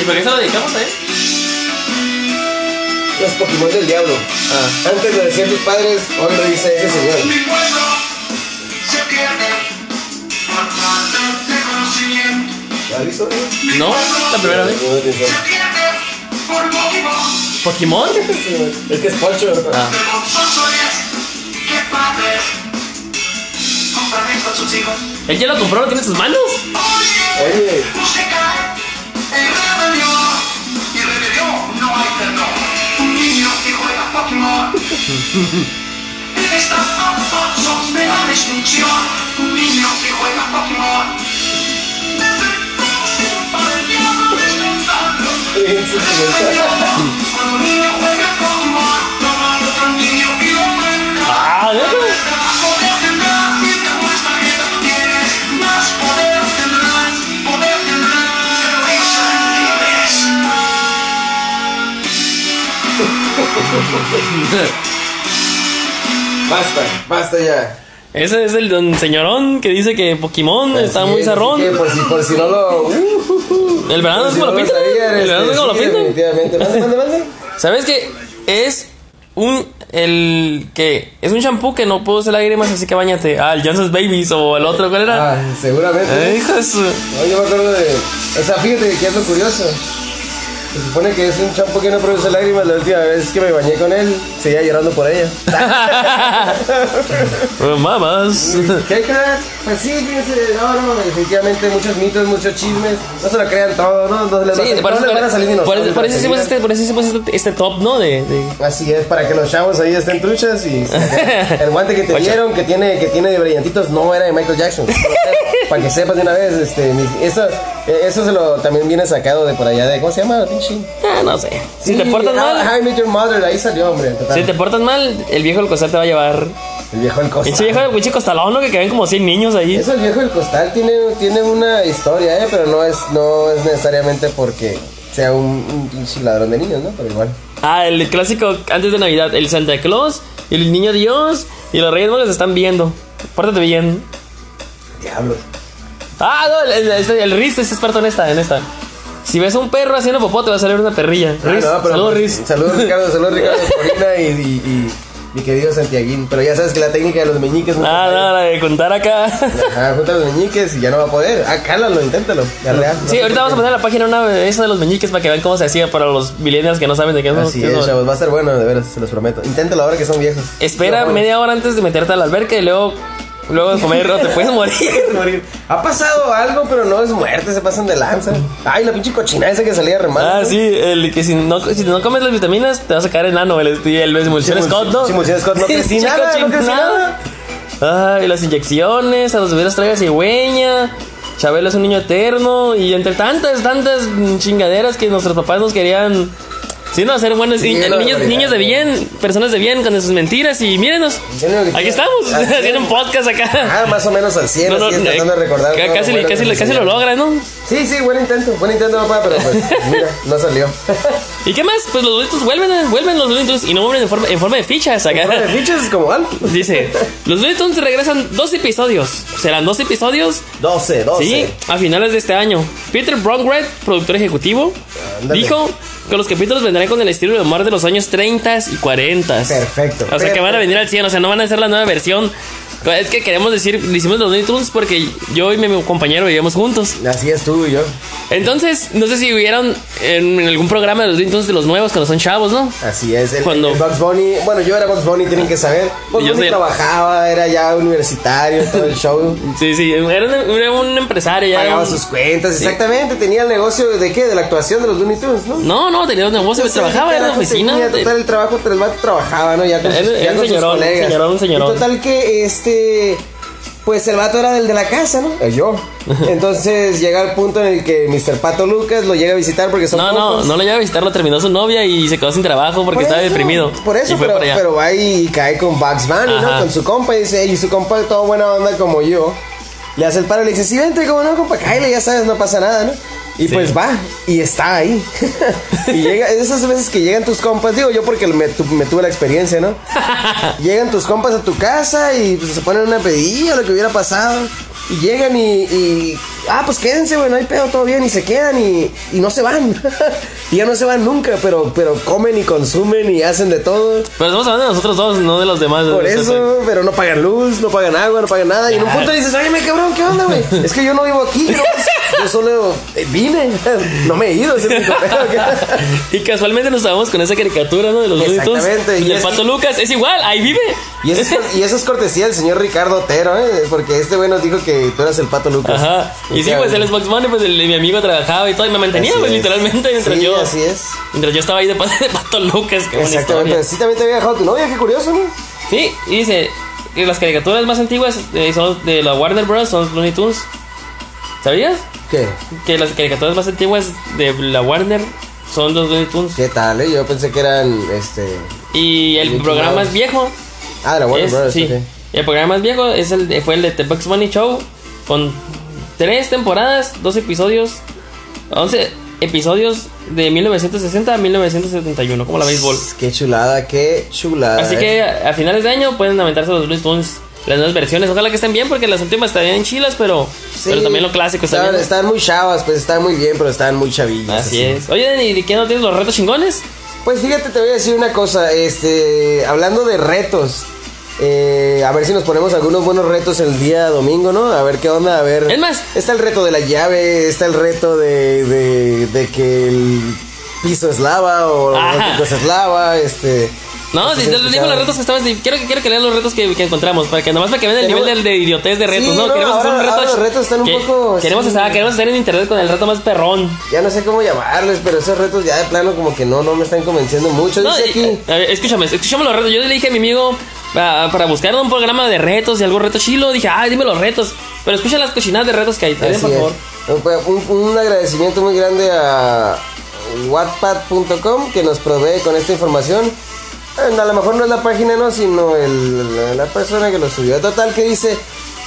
Speaker 1: ¿Y por qué se lo dedicamos a él?
Speaker 2: Los Pokémon del diablo.
Speaker 1: Ah.
Speaker 2: Antes lo decían tus padres, hoy lo dice ese señor.
Speaker 3: Mi pueblo se pierde por falta de conocimiento.
Speaker 2: ¿La has (laughs) visto?
Speaker 1: No, la primera vez.
Speaker 3: Se pierde por motivos
Speaker 1: ¿Pokémon?
Speaker 2: Es que es Poncho. (laughs)
Speaker 1: Ah.
Speaker 3: vergonzosos amigos.
Speaker 1: ¿Él ya lo compró? ¿Lo tiene en sus manos?
Speaker 3: Oye,
Speaker 2: Oye.
Speaker 3: música en rebelión y rebelión no hay perdón. Un niño que juega Pokémon. En esta sos de la destrucción. Un niño que juega Pokémon. Desde entonces, para el diablo despertarlo. Desde el diablo, cuando un niño juega Pokémon, toma al otro niño y lo mata.
Speaker 1: Ah, déjame.
Speaker 3: Más poder tendrás mientras más tarjeta tienes. Más poder tendrás, poder tendrás. Pero ellos serán libres.
Speaker 2: Basta, basta ya.
Speaker 1: (laughs) Ese es el don señorón que dice que Pokémon está
Speaker 2: Así
Speaker 1: muy
Speaker 2: es,
Speaker 1: zarrón.
Speaker 2: así que Por si, por si
Speaker 1: (laughs)
Speaker 2: no lo. uh,
Speaker 1: El verano
Speaker 2: por
Speaker 1: es
Speaker 2: si
Speaker 1: como
Speaker 2: no
Speaker 1: lo pintan, ¿eh?
Speaker 2: sabían,
Speaker 1: el
Speaker 2: este,
Speaker 1: verano es como lo
Speaker 2: sí,
Speaker 1: pintan.
Speaker 2: Definitivamente. Mande, mande, mande.
Speaker 1: ¿Sabes qué? Es un. El que. Es un shampoo que no produce lágrimas, así que bañate. Ah, el Johnson's Babies o el otro, ¿cuál era?
Speaker 2: Ah, seguramente.
Speaker 1: Eh, hijo de (laughs) su-
Speaker 2: No, yo me acuerdo de. O sea, fíjate que es lo curioso. Se supone que es un champú que no produce lágrimas. La última vez que me bañé con él, seguía llorando por ella.
Speaker 1: Eh, Mamas.
Speaker 2: ¿Qué crack? Pues sí, fíjense, no, no, definitivamente muchos mitos, muchos chismes. No se lo crean todo, no, no les, va a-
Speaker 1: Sí,
Speaker 2: no
Speaker 1: por eso,
Speaker 2: les van a salir ni
Speaker 1: por eso- por eso hicimos
Speaker 2: nosotros,
Speaker 1: este, por eso hicimos este, este top, ¿no? De, de-
Speaker 2: Así es, para que los chavos ahí estén truchas y el guante que te
Speaker 1: Ocho.
Speaker 2: dieron, que tiene, que tiene de brillantitos, no era de Michael Jackson. para que sepas de una vez, este, mi- eso, eh, eso se lo también viene sacado de por allá de, ¿cómo se llama? Pinche-
Speaker 1: Ah, no sé. Si te
Speaker 2: Sí, ah,
Speaker 1: portas
Speaker 2: How-
Speaker 1: mal,
Speaker 2: How I Met Your Mother, ahí salió, hombre. total.
Speaker 1: si te portas mal, el viejo del costal te va a llevar.
Speaker 2: El viejo del costal.
Speaker 1: Pinche viejo del pinche costalón, ¿no? Que caben como 100 niños ahí.
Speaker 2: Eso, el viejo del costal tiene, tiene una historia, ¿eh? Pero no es, no es necesariamente porque sea un, un pinche ladrón de niños, ¿no? Pero igual.
Speaker 1: Ah, el clásico antes de Navidad, el Santa Claus, y el niño Dios y los Reyes Magos están viendo. Pórtate bien.
Speaker 2: Diablos.
Speaker 1: Ah, no, el, el, este- el Riz es experto en esta, en esta. Si ves a un perro haciendo popó, te va a salir una perrilla. Riz,
Speaker 2: Ah, no, pero-
Speaker 1: saludos, Riz. (laughs)
Speaker 2: Saludos, Ricardo. Saludos, Ricardo. Corina y, y- y mi querido Santiaguín. Pero ya sabes que la técnica de los meñiques. no
Speaker 1: Ah, no,
Speaker 2: falla.
Speaker 1: la de contar acá. (laughs)
Speaker 2: Ajá, junta los meñiques y ya no va a poder. Ah, cálalo, inténtalo. Ya, ya. No
Speaker 1: Sí,
Speaker 2: sé
Speaker 1: ahorita
Speaker 2: por
Speaker 1: vamos a
Speaker 2: qué.
Speaker 1: poner en la página una de esas de los meñiques para que vean cómo se hacía para los millennials que no saben de qué
Speaker 2: Así es,
Speaker 1: es.
Speaker 2: chavos. Va a ser bueno, de veras, se los prometo. Inténtalo ahora que son viejos.
Speaker 1: Espera
Speaker 2: Los jóvenes.
Speaker 1: media hora antes de meterte al alberca y luego, luego de comer o te puedes morir.
Speaker 2: morir. Ha pasado algo, pero no es muerte, se pasan de lanza. Ay, la pinche cochina esa que salía remada.
Speaker 1: Ah, sí, el que si no, si no comes las vitaminas te vas a caer enano. El, este, y el Simulsión Scott, ¿no?
Speaker 2: Simulsión Scott, no crecí
Speaker 1: Chico
Speaker 2: nada, no crecí
Speaker 1: chinado.
Speaker 2: nada.
Speaker 1: Ay, las inyecciones, a los bebés las traigas cigüeña. Chabelo es un niño eterno. Y entre tantas, tantas chingaderas que nuestros papás nos querían. Sí, no, hacer buenos
Speaker 2: Sí,
Speaker 1: ni-
Speaker 2: una
Speaker 1: niños,
Speaker 2: barbaridad.
Speaker 1: niños de bien, personas de bien con sus mentiras. Y mírenos,
Speaker 2: Yo lo que
Speaker 1: aquí
Speaker 2: quiero-
Speaker 1: estamos, (laughs)
Speaker 2: Así es.
Speaker 1: haciendo un podcast acá.
Speaker 2: Ah, más o menos al cielo,
Speaker 1: No, no,
Speaker 2: así,
Speaker 1: eh,
Speaker 2: tratando de recordar.
Speaker 1: ca-
Speaker 2: todo
Speaker 1: casi,
Speaker 2: bueno que
Speaker 1: casi,
Speaker 2: nos
Speaker 1: casi lo
Speaker 2: enseñaron.
Speaker 1: logra, ¿no?
Speaker 2: Sí, sí, buen intento, buen intento, papá, pero
Speaker 1: (laughs)
Speaker 2: pues, mira, no salió.
Speaker 1: ¿Y qué más? Pues los Looney Tunes vuelven, eh, vuelven los Looney Tunes y no vuelven en forma, en forma de fichas acá.
Speaker 2: Bueno, fichas como van.
Speaker 1: (laughs) Dice, los Looney Tunes regresan dos episodios. Serán dos episodios
Speaker 2: 12, 12.
Speaker 1: Oh, Sí, a finales de este año. Peter Brongred, productor ejecutivo,
Speaker 2: Ándale.
Speaker 1: dijo que los capítulos vendrán con el estilo de humor de los años 30 y 40.
Speaker 2: Perfecto.
Speaker 1: O sea que van
Speaker 2: Perfecto.
Speaker 1: a venir al 100, o sea, no van a ser la nueva versión. Es que queremos decir, le hicimos los Looney Tunes porque yo y mi compañero vivíamos juntos.
Speaker 2: Así es tú y yo.
Speaker 1: Entonces, no sé si vieron en, en algún programa de los Looney Tunes de los nuevos cuando son chavos, ¿no?
Speaker 2: Así es, el,
Speaker 1: Cuando-
Speaker 2: el Bugs Bunny, bueno, yo era Bugs Bunny, tienen que saber. Bugs
Speaker 1: Yo
Speaker 2: Bunny
Speaker 1: sé.
Speaker 2: trabajaba, era ya universitario, todo
Speaker 1: (laughs)
Speaker 2: el show.
Speaker 1: Sí, sí, era un, era un empresario ya.
Speaker 2: Pagaba
Speaker 1: un-
Speaker 2: sus cuentas, exactamente. Tenía el negocio de qué? De la actuación de los Looney Tunes, ¿no?
Speaker 1: No, no, tenía un negocio,
Speaker 2: No sé
Speaker 1: Pues trabajaba
Speaker 2: qué
Speaker 1: en la
Speaker 2: carajo
Speaker 1: oficina.
Speaker 2: Pues, tenía,
Speaker 1: de-
Speaker 2: total, el trabajo, pero el vato trabajaba, ¿no? Ya con, sus,
Speaker 1: Era-
Speaker 2: ya
Speaker 1: era un
Speaker 2: con sus
Speaker 1: señorón, un
Speaker 2: colegas.
Speaker 1: señorón, un señorón.
Speaker 2: Y total que este. Pues el vato era del de la casa, ¿no? Eh, Yo. (laughs) Entonces llega el punto en el que Mr. Pato Lucas lo llega a visitar porque son
Speaker 1: No, no,
Speaker 2: pocos.
Speaker 1: no lo lleva a visitar, lo terminó su novia y se quedó sin trabajo porque
Speaker 2: Por
Speaker 1: estaba
Speaker 2: eso,
Speaker 1: deprimido.
Speaker 2: Por eso,
Speaker 1: y fue
Speaker 2: pero,
Speaker 1: para allá.
Speaker 2: pero va y cae con Bugs Bunny,
Speaker 1: Ajá.
Speaker 2: ¿no? Con su compa y dice, y su compa todo buena onda como yo. Le hace el paro y le dice, sí, vente, como no, compa, cáele, ya sabes, no pasa nada, ¿no? Y pues va, y está ahí. y llega, esas veces que llegan tus compas, digo yo porque me, tu- me tuve la experiencia, ¿no? Llegan tus compas a tu casa y pues, se ponen una pedilla, lo que hubiera pasado. Y llegan y, y, Ah, pues quédense, güey, no hay pedo, todo bien. Y se quedan y, y no se van. (laughs) y ya no se van nunca, pero, pero comen y consumen y hacen de todo.
Speaker 1: Pero estamos hablando de nosotros dos, no de los demás.
Speaker 2: Por
Speaker 1: O sea,
Speaker 2: (laughs) eso, pero no pagan luz, no pagan agua, no pagan nada. Y en un punto dices, óyeme, cabrón, ¿qué onda, güey? Es que yo no vivo aquí, yo nomás- Yo solo eh, vine, (laughs) no me he ido. ese es mi correo.
Speaker 1: Y casualmente nos estábamos con esa caricatura, ¿no? De los Looney
Speaker 2: Exactamente,
Speaker 1: Tunes.
Speaker 2: y
Speaker 1: Y el
Speaker 2: es-
Speaker 1: Pato Lucas. Es igual, ahí vive.
Speaker 2: Y eso, es, cor- y eso es cortesía del señor Ricardo Otero, ¿eh? Porque este güey nos dijo que tú eras el pato Lucas.
Speaker 1: Ajá. Y sí,
Speaker 2: Ya,
Speaker 1: pues
Speaker 2: güey.
Speaker 1: el Xbox One, pues el- mi amigo trabajaba y todo. Y me mantenía,
Speaker 2: Así
Speaker 1: pues
Speaker 2: es.
Speaker 1: literalmente, mientras
Speaker 2: Sí,
Speaker 1: yo.
Speaker 2: así es.
Speaker 1: Mientras yo estaba ahí de parte (laughs) de Pato Lucas, qué buena
Speaker 2: Exactamente.
Speaker 1: historia.
Speaker 2: Sí, también te había dejado tu novia, qué curioso, ¿no?
Speaker 1: Sí, y dice que las caricaturas más antiguas eh, son de la Warner Bros. son los Looney Tunes. ¿Sabías?
Speaker 2: ¿Qué?
Speaker 1: Que las caricaturas más antiguas de la Warner son los Looney Tunes.
Speaker 2: ¿Qué tal, eh? Yo pensé que eran, este...
Speaker 1: Y el
Speaker 2: Mickey
Speaker 1: programa
Speaker 2: Mouse.
Speaker 1: más viejo
Speaker 2: Ah, de la Warner
Speaker 1: es-
Speaker 2: Brothers,
Speaker 1: sí,
Speaker 2: ok.
Speaker 1: El programa más viejo es el de- fue el de The Bugs Bunny Show con tres temporadas, dos episodios, 11 episodios de 1960 a 1971, como la béisbol.
Speaker 2: Qué chulada, qué chulada.
Speaker 1: Así
Speaker 2: eh.
Speaker 1: que a a finales de año pueden aventarse los Looney Tunes, las nuevas versiones. Ojalá que estén bien porque las últimas están bien chilas, pero,
Speaker 2: Sí,
Speaker 1: pero también lo clásico está
Speaker 2: estaban,
Speaker 1: bien. ¿eh?
Speaker 2: estaban muy chavas, pues estaban muy bien, pero estaban muy chavillas.
Speaker 1: Así es. Oye, ¿y de qué no tienes los retos chingones?
Speaker 2: Pues fíjate, te voy a decir una cosa, este, hablando de retos, eh, a ver si nos ponemos algunos buenos retos el día domingo, ¿no? A ver qué onda, a ver.
Speaker 1: Es más.
Speaker 2: Está el reto de la llave, está el reto de, de, de que el piso es lava o
Speaker 1: Ajá.
Speaker 2: otra cosa es lava, este.
Speaker 1: No,
Speaker 2: sé
Speaker 1: te
Speaker 2: si has
Speaker 1: digo
Speaker 2: escuchado.
Speaker 1: los retos que estabas. Quiero, quiero que lean los retos que, que encontramos. Para que nomás para que vean el
Speaker 2: Tenemos-
Speaker 1: nivel del- de, idiotez de retos.
Speaker 2: Sí,
Speaker 1: no,
Speaker 2: no,
Speaker 1: queremos hacer un
Speaker 2: ahora-
Speaker 1: reto.
Speaker 2: ahora los retos están un
Speaker 1: que-
Speaker 2: poco,
Speaker 1: Queremos,
Speaker 2: sí.
Speaker 1: estar, queremos estar en internet con el reto más perrón.
Speaker 2: Ya no sé cómo llamarles, pero esos retos ya de plano como que no, no me están convenciendo mucho.
Speaker 1: No,
Speaker 2: Dice
Speaker 1: y- eh,
Speaker 2: aquí.
Speaker 1: a ver, escúchame, escúchame los retos. Yo le dije a mi amigo ah, para buscar un programa de retos y algún reto chilo. Dije, ay, dime los retos. Pero escucha las cochinadas de retos que hay. Te den,
Speaker 2: Así
Speaker 1: por
Speaker 2: es.
Speaker 1: favor.
Speaker 2: Un, pues, un- un agradecimiento muy grande a wattpad.com que nos provee con esta información. Eh, A lo mejor no es la página, no, sino el- la, la persona que lo subió. Total, que dice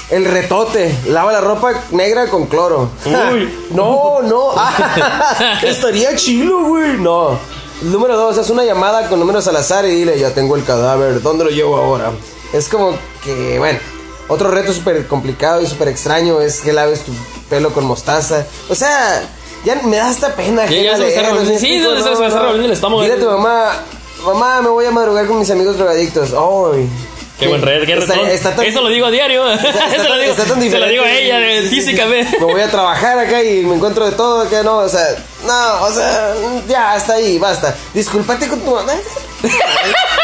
Speaker 2: el retote: lava la ropa negra con cloro. (laughs)
Speaker 1: Uy.
Speaker 2: no, no.
Speaker 1: (laughs)
Speaker 2: Ah, estaría chilo, güey. No. Número dos, haz una llamada con números al azar y dile: Ya tengo el cadáver, ¿dónde lo llevo ahora? Es como que, bueno. Otro reto súper complicado y súper extraño es que laves tu pelo con mostaza. O sea, ya me da hasta pena. ajena
Speaker 1: ya se me está
Speaker 2: leerlos,
Speaker 1: revolviendo-
Speaker 2: ¿me
Speaker 1: sí,
Speaker 2: explico?
Speaker 1: se me está revolviendo el estómago.
Speaker 2: Dile a tu mamá, mamá, me voy a madrugar con mis amigos drogadictos. Ay.
Speaker 1: Qué buen reto, qué
Speaker 2: Está-
Speaker 1: retón.
Speaker 2: está tan-
Speaker 1: Eso lo digo a diario.
Speaker 2: (laughs) está-
Speaker 1: Eso
Speaker 2: está-
Speaker 1: lo digo,
Speaker 2: está
Speaker 1: (laughs)
Speaker 2: tan
Speaker 1: se lo digo a
Speaker 2: diferente.
Speaker 1: ella, eh, físicamente.
Speaker 2: me voy a trabajar acá y me encuentro de todo acá, no, o sea, no, o sea, ya, hasta ahí, basta. Disculpate con tu mamá.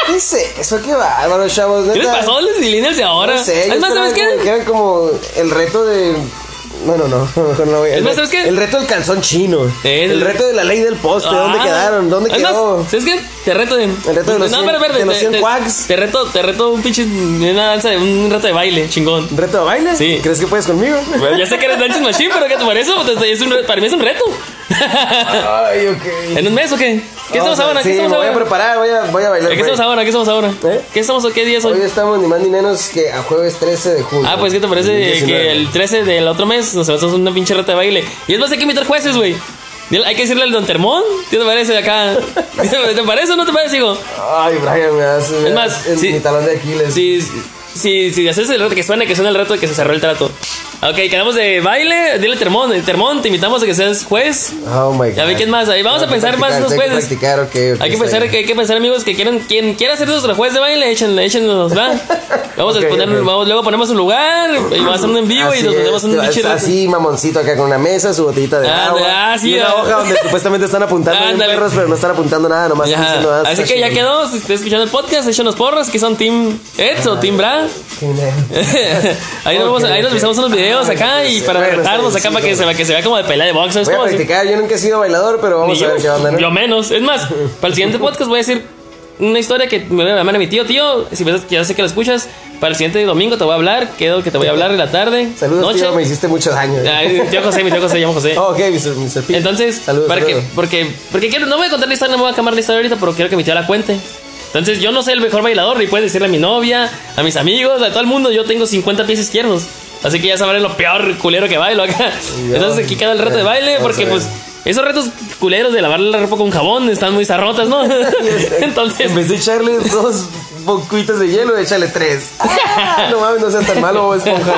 Speaker 2: ¿Qué es eso? Qué bárbaro, chavos.
Speaker 1: ¿Qué les
Speaker 2: neta.
Speaker 1: pasó a los millennials de ahora?
Speaker 2: No sé,
Speaker 1: es más, ¿sabes qué?
Speaker 2: Que eran como el reto de. Bueno, no, (laughs) mejor no voy a-
Speaker 1: Es más, ¿sabes qué?
Speaker 2: El reto del calzón chino.
Speaker 1: El-
Speaker 2: El, reto de la ley del poste. ¿Dónde
Speaker 1: Ah.
Speaker 2: quedaron? ¿Dónde
Speaker 1: Además,
Speaker 2: quedó?
Speaker 1: ¿Sabes qué? Te reto de. El
Speaker 2: reto de los cien- de los cien quacks.
Speaker 1: Te reto, te reto un pinche. Una danza de un reto de baile, chingón.
Speaker 2: ¿Un reto de baile?
Speaker 1: Sí.
Speaker 2: ¿Crees que puedes conmigo?
Speaker 1: Bueno, ya sé que eres Dancing Machine, pero ¿qué te parece? Pues, es un re- para mí es un reto.
Speaker 2: (laughs)
Speaker 1: (laughs)
Speaker 2: Ay, ok.
Speaker 1: ¿En un mes o qué? ¿Qué estamos
Speaker 2: Vamos a-
Speaker 1: ahora?
Speaker 2: Ah, Sí,
Speaker 1: ¿Qué estamos
Speaker 2: me voy a
Speaker 1: ahora?
Speaker 2: preparar, voy a, voy a bailar.
Speaker 1: ¿Qué estamos
Speaker 2: güey.
Speaker 1: ahora? ¿Qué estamos ahora?
Speaker 2: ¿Eh?
Speaker 1: ¿Qué estamos o qué día es
Speaker 2: Hoy
Speaker 1: hoy?
Speaker 2: estamos ni más ni menos que a jueves 13 de julio.
Speaker 1: Ah, pues ¿qué te parece que
Speaker 2: 19?
Speaker 1: el 13 del otro mes nos hacemos una pinche reta de baile? Y es más, hay que invitar jueces, güey. Dile- Hay que decirle al Don Termón. ¿Qué te parece de acá?
Speaker 2: (laughs)
Speaker 1: ¿Te parece o no te parece, hijo?
Speaker 2: Ay, Brian, me hace. me
Speaker 1: Es más,
Speaker 2: hace el-
Speaker 1: sí.
Speaker 2: mi talón de Aquiles.
Speaker 1: Si, si, si haces el reto, que suene, que suene el reto de que se cerró el trato. Ok, quedamos de baile. Dile Termón, eh, Termón, te invitamos a que seas juez.
Speaker 2: Oh my God.
Speaker 1: Ya ve, ¿quién más? Ahí vamos a
Speaker 2: Hay que
Speaker 1: pensar más
Speaker 2: practicar,
Speaker 1: los
Speaker 2: hay que
Speaker 1: jueces.
Speaker 2: practicar, ok, ok,
Speaker 1: Hay que
Speaker 2: está
Speaker 1: pensar,
Speaker 2: bien.
Speaker 1: que hay que pensar, amigos, que quieran, quien quiera ser nuestro juez de baile, échenle, échennos,
Speaker 2: (laughs)
Speaker 1: ¿va? Vamos
Speaker 2: Ok,
Speaker 1: a poner,
Speaker 2: ok.
Speaker 1: vamos- luego ponemos un lugar, y vamos a hacer un en vivo y
Speaker 2: Así
Speaker 1: nos
Speaker 2: es,
Speaker 1: ponemos un
Speaker 2: te vas
Speaker 1: pinche reto.
Speaker 2: Así, mamoncito acá con una mesa, su botellita de
Speaker 1: Ah,
Speaker 2: agua.
Speaker 1: ah, sí,
Speaker 2: y una
Speaker 1: ah.
Speaker 2: hoja
Speaker 1: (laughs)
Speaker 2: donde supuestamente están apuntando bien
Speaker 1: Ándale.
Speaker 2: perros, pero no están apuntando nada,
Speaker 1: Ajá.
Speaker 2: nomás están diciendo, ah,
Speaker 1: Así
Speaker 2: está
Speaker 1: que ya
Speaker 2: chido.
Speaker 1: quedó, si estás escuchando el podcast, échenos porras, que son Team Eds o Team Bra. (laughs)
Speaker 2: Sí,
Speaker 1: Pues,
Speaker 2: ne-
Speaker 1: ahí, nos
Speaker 2: Ok,
Speaker 1: vamos, ahí nos
Speaker 2: ok.
Speaker 1: empezamos unos videos
Speaker 2: Ah,
Speaker 1: acá
Speaker 2: sí,
Speaker 1: y
Speaker 2: sí,
Speaker 1: para
Speaker 2: bueno, está
Speaker 1: retarnos
Speaker 2: bien,
Speaker 1: acá para
Speaker 2: sí,
Speaker 1: que
Speaker 2: bueno.
Speaker 1: se, para que se vea como de pelea de box, ¿sabes
Speaker 2: Voy a
Speaker 1: cómo? Así-
Speaker 2: practicar, yo nunca he sido bailador, pero vamos
Speaker 1: Ni
Speaker 2: a
Speaker 1: yo.
Speaker 2: ver qué onda, ¿no?
Speaker 1: Yo menos. Es más, para el siguiente podcast voy a decir una historia que me voy a llamar a mi tío. Tío, si ves, ya sé que lo escuchas, para el siguiente domingo te voy a hablar. Quedo que te voy a hablar en la tarde.
Speaker 2: Saludos,
Speaker 1: noche.
Speaker 2: tío, me hiciste mucho daño.
Speaker 1: Ay, mi tío
Speaker 2: (laughs)
Speaker 1: José, mi tío José, llamo José.
Speaker 2: Oh, ok, Mr. Mr. P.
Speaker 1: Entonces,
Speaker 2: saludos.
Speaker 1: para
Speaker 2: saludos.
Speaker 1: que, porque, porque quiero, no voy a contar la historia, no voy a cambiar la historia ahorita, pero quiero que mi tío la cuente. Entonces, yo no soy el mejor bailador, y puedes decirle a mi novia, a mis amigos, a todo el mundo, yo tengo 50 pies izquierdos. Así que ya sabrán lo peor culero que bailo acá.
Speaker 2: Ya.
Speaker 1: Entonces, aquí queda el reto de baile,
Speaker 2: Vamos
Speaker 1: porque
Speaker 2: a ver.
Speaker 1: pues esos retos culeros de lavarle la ropa con jabón están muy zarrotas,
Speaker 2: (laughs)
Speaker 1: ¿no? (laughs) Entonces,
Speaker 2: En vez de echarle dos bocuitas de hielo, échale (laughs) tres. Ah, no mames, no seas tan malo, Bob esponja.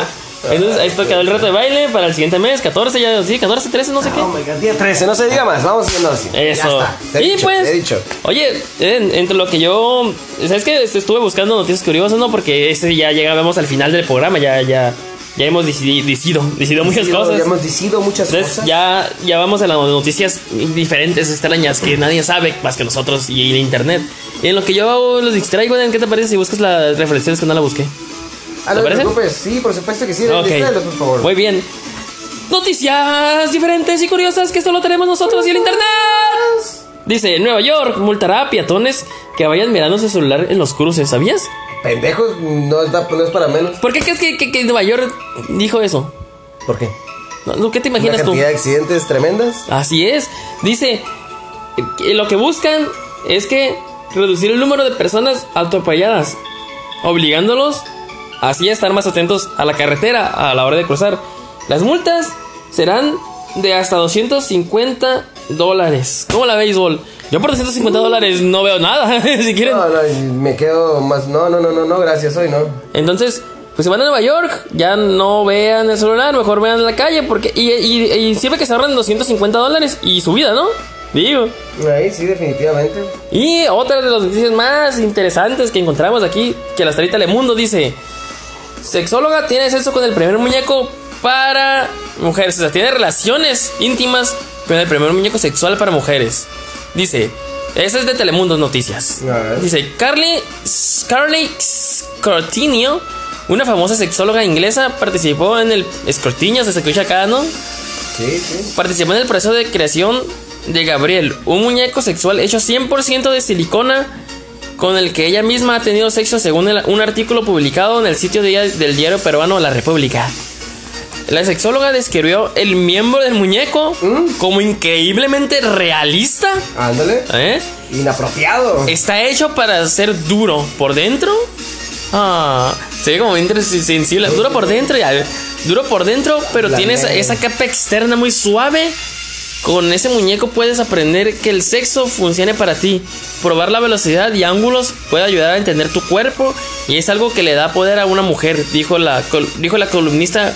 Speaker 1: entonces, ahí quedó el reto de baile para el siguiente mes, 14, ya, sí, 14, 13, no sé qué.
Speaker 2: Oh my God, día 13, no se diga más, vamos haciendo así.
Speaker 1: Eso.
Speaker 2: Ya está. Te he
Speaker 1: y
Speaker 2: dicho,
Speaker 1: pues,
Speaker 2: te he dicho.
Speaker 1: oye, en- entre lo que yo, Este, sabes que estuve buscando noticias curiosas, ¿no? Porque ese ya llegábamos al final del programa, ya, ya, Ya hemos decidi- decidido, decidido muchas
Speaker 2: Decido-
Speaker 1: cosas.
Speaker 2: Ya hemos decidido muchas
Speaker 1: Entonces
Speaker 2: cosas.
Speaker 1: ya, ya vamos a las noticias diferentes, extrañas, que nadie sabe más que nosotros y el internet. Y en lo que yo los distraigo, ¿en qué te parece si buscas las referencias que no la busqué?
Speaker 2: ah,
Speaker 1: ¿te
Speaker 2: no te
Speaker 1: parece?
Speaker 2: preocupes. Sí, por supuesto que sí.
Speaker 1: Ok.
Speaker 2: Distráelos, por favor.
Speaker 1: Muy bien. Noticias diferentes y curiosas que solo tenemos nosotros y el internet. Dice, Nueva York multará a peatones que vayan mirando su celular en los cruces, ¿sabías?
Speaker 2: Pendejos, no, está- no es para menos.
Speaker 1: ¿Por qué crees que, que- que Nueva York dijo eso?
Speaker 2: ¿Por qué?
Speaker 1: No, no, ¿Qué te
Speaker 2: Una
Speaker 1: imaginas tú?
Speaker 2: cantidad de accidentes tremendas.
Speaker 1: Así es. Dice, que lo que buscan es que reducir el número de personas atropelladas, obligándolos así a estar más atentos a la carretera a la hora de cruzar. Las multas serán de hasta 250 dólares. ¿Cómo la béisbol? Yo por 250 dólares no veo nada, (laughs) si quieren.
Speaker 2: No, no, y me quedo más. No, no, no, no, no, gracias, hoy no.
Speaker 1: Entonces, pues se van a Nueva York, ya no vean el celular, mejor vean la calle, porque... Y, y, y siempre que se ahorran 250 dólares y su vida, ¿no? Digo.
Speaker 2: Ahí sí, definitivamente.
Speaker 1: Y otra de las noticias más interesantes que encontramos aquí, que la estrella Telemundo dice: Sexóloga tiene sexo con el primer muñeco para mujeres. O sea, tiene relaciones íntimas con el primer muñeco sexual para mujeres. Dice: Esa es de Telemundo Noticias.
Speaker 2: A ver.
Speaker 1: Dice: Carly, Carly Scortinio, una famosa sexóloga inglesa, participó en el. Scortinio, se escucha acá, ¿no?
Speaker 2: Sí, sí.
Speaker 1: Participó en el proceso de creación de Gabriel, un muñeco sexual hecho 100% de silicona con el que ella misma ha tenido sexo según el- un artículo publicado en el sitio de- del diario peruano La República. La sexóloga describió el miembro del muñeco como increíblemente realista.
Speaker 2: Ándale.
Speaker 1: ¿eh?
Speaker 2: Inapropiado.
Speaker 1: Está hecho para ser duro por dentro. Ah, se ve como bien inter- sensible. Duro por dentro, ya. Duro por dentro, pero
Speaker 2: La
Speaker 1: tiene esa,
Speaker 2: neta.
Speaker 1: esa capa externa muy suave. Con ese muñeco puedes aprender que el sexo funcione para ti. Probar la velocidad y ángulos puede ayudar a entender tu cuerpo y es algo que le da poder a una mujer, dijo la, col- dijo la columnista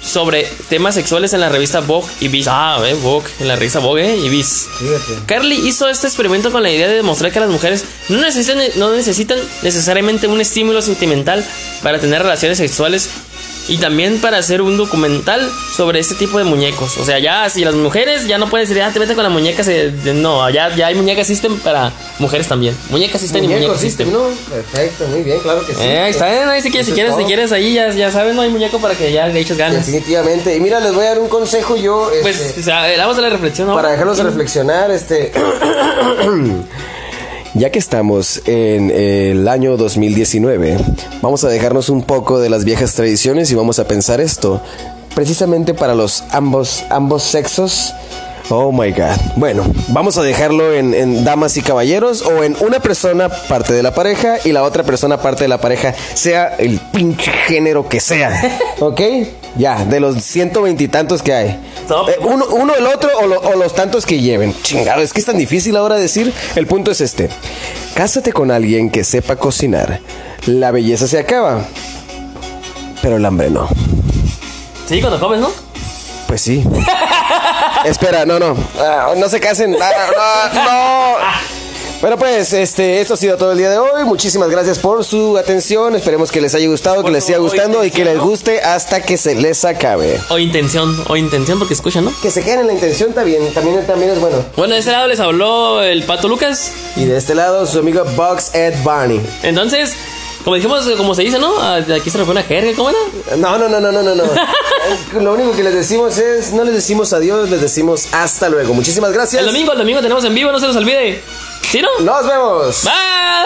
Speaker 1: sobre temas sexuales en la revista Vogue y Viz. Ah, eh, Vogue, en la revista Vogue eh, y Viz.
Speaker 2: Fíjate.
Speaker 1: Carly hizo este experimento con la idea de demostrar que las mujeres no necesitan, no necesitan necesariamente un estímulo sentimental para tener relaciones sexuales y también para hacer un documental sobre este tipo de muñecos. O sea, ya si las mujeres ya no pueden decir, ah, te vete con la muñeca, se- de- no, ya, ya hay muñecas system para mujeres también. Muñecas system y
Speaker 2: Muñeco
Speaker 1: muñecas
Speaker 2: sí,
Speaker 1: system.
Speaker 2: no, perfecto, muy bien, claro que sí.
Speaker 1: Eh, ahí está, ahí si quieres,
Speaker 2: Eso
Speaker 1: si
Speaker 2: es
Speaker 1: quieres, si
Speaker 2: todo.
Speaker 1: quieres, ahí ya, ya sabes, no hay muñeco para que ya le eches ganas.
Speaker 2: Definitivamente. Y mira, les voy a dar un consejo yo. este,
Speaker 1: Pues, o sea, vamos a la reflexión ahora.
Speaker 2: Para dejarlos reflexionar, este. (coughs) Ya que estamos en el año 2019, vamos a dejarnos un poco de las viejas tradiciones y vamos a pensar esto. Precisamente para los ambos, ambos sexos. Oh my god. Bueno, vamos a dejarlo en, en damas y caballeros o en una persona parte de la pareja y la otra persona parte de la pareja, sea el pinche género que sea. (laughs) ¿Ok? Ya, de los ciento veintitantos que hay.
Speaker 1: Top.
Speaker 2: Eh, uno, uno el otro o, lo- o los tantos que lleven. Chingado, es que es tan difícil ahora decir. El punto es este. Cásate con alguien que sepa cocinar. La belleza se acaba. Pero el hambre no.
Speaker 1: Sí, cuando comes, ¿no?
Speaker 2: Pues sí. Espera, no, no. Ah, no se casen. Ah, no, no. Bueno, pues este, esto ha sido todo el día de hoy. Muchísimas gracias por su atención. Esperemos que les haya gustado, que
Speaker 1: Por
Speaker 2: les siga
Speaker 1: favor,
Speaker 2: gustando y que les
Speaker 1: intención, ¿no?
Speaker 2: guste hasta que se les acabe.
Speaker 1: O intención, o intención porque escuchan, ¿no?
Speaker 2: Que se queden en la intención está bien, también, también es bueno.
Speaker 1: Bueno, de ese lado les habló el Pato Lucas.
Speaker 2: Y de este lado, su amigo Box Ed Barney.
Speaker 1: Entonces, como dijimos, como se dice, ¿no? Ah, Aquí se refiere una jerga, ¿cómo era?
Speaker 2: No, no, no, no, no, no. no. Eh, Lo único que les decimos es, no les decimos adiós, les decimos hasta luego. Muchísimas gracias.
Speaker 1: El domingo, el domingo tenemos en vivo, no se nos olvide. ¿Sí, no?
Speaker 2: Nos vemos.
Speaker 1: Bye.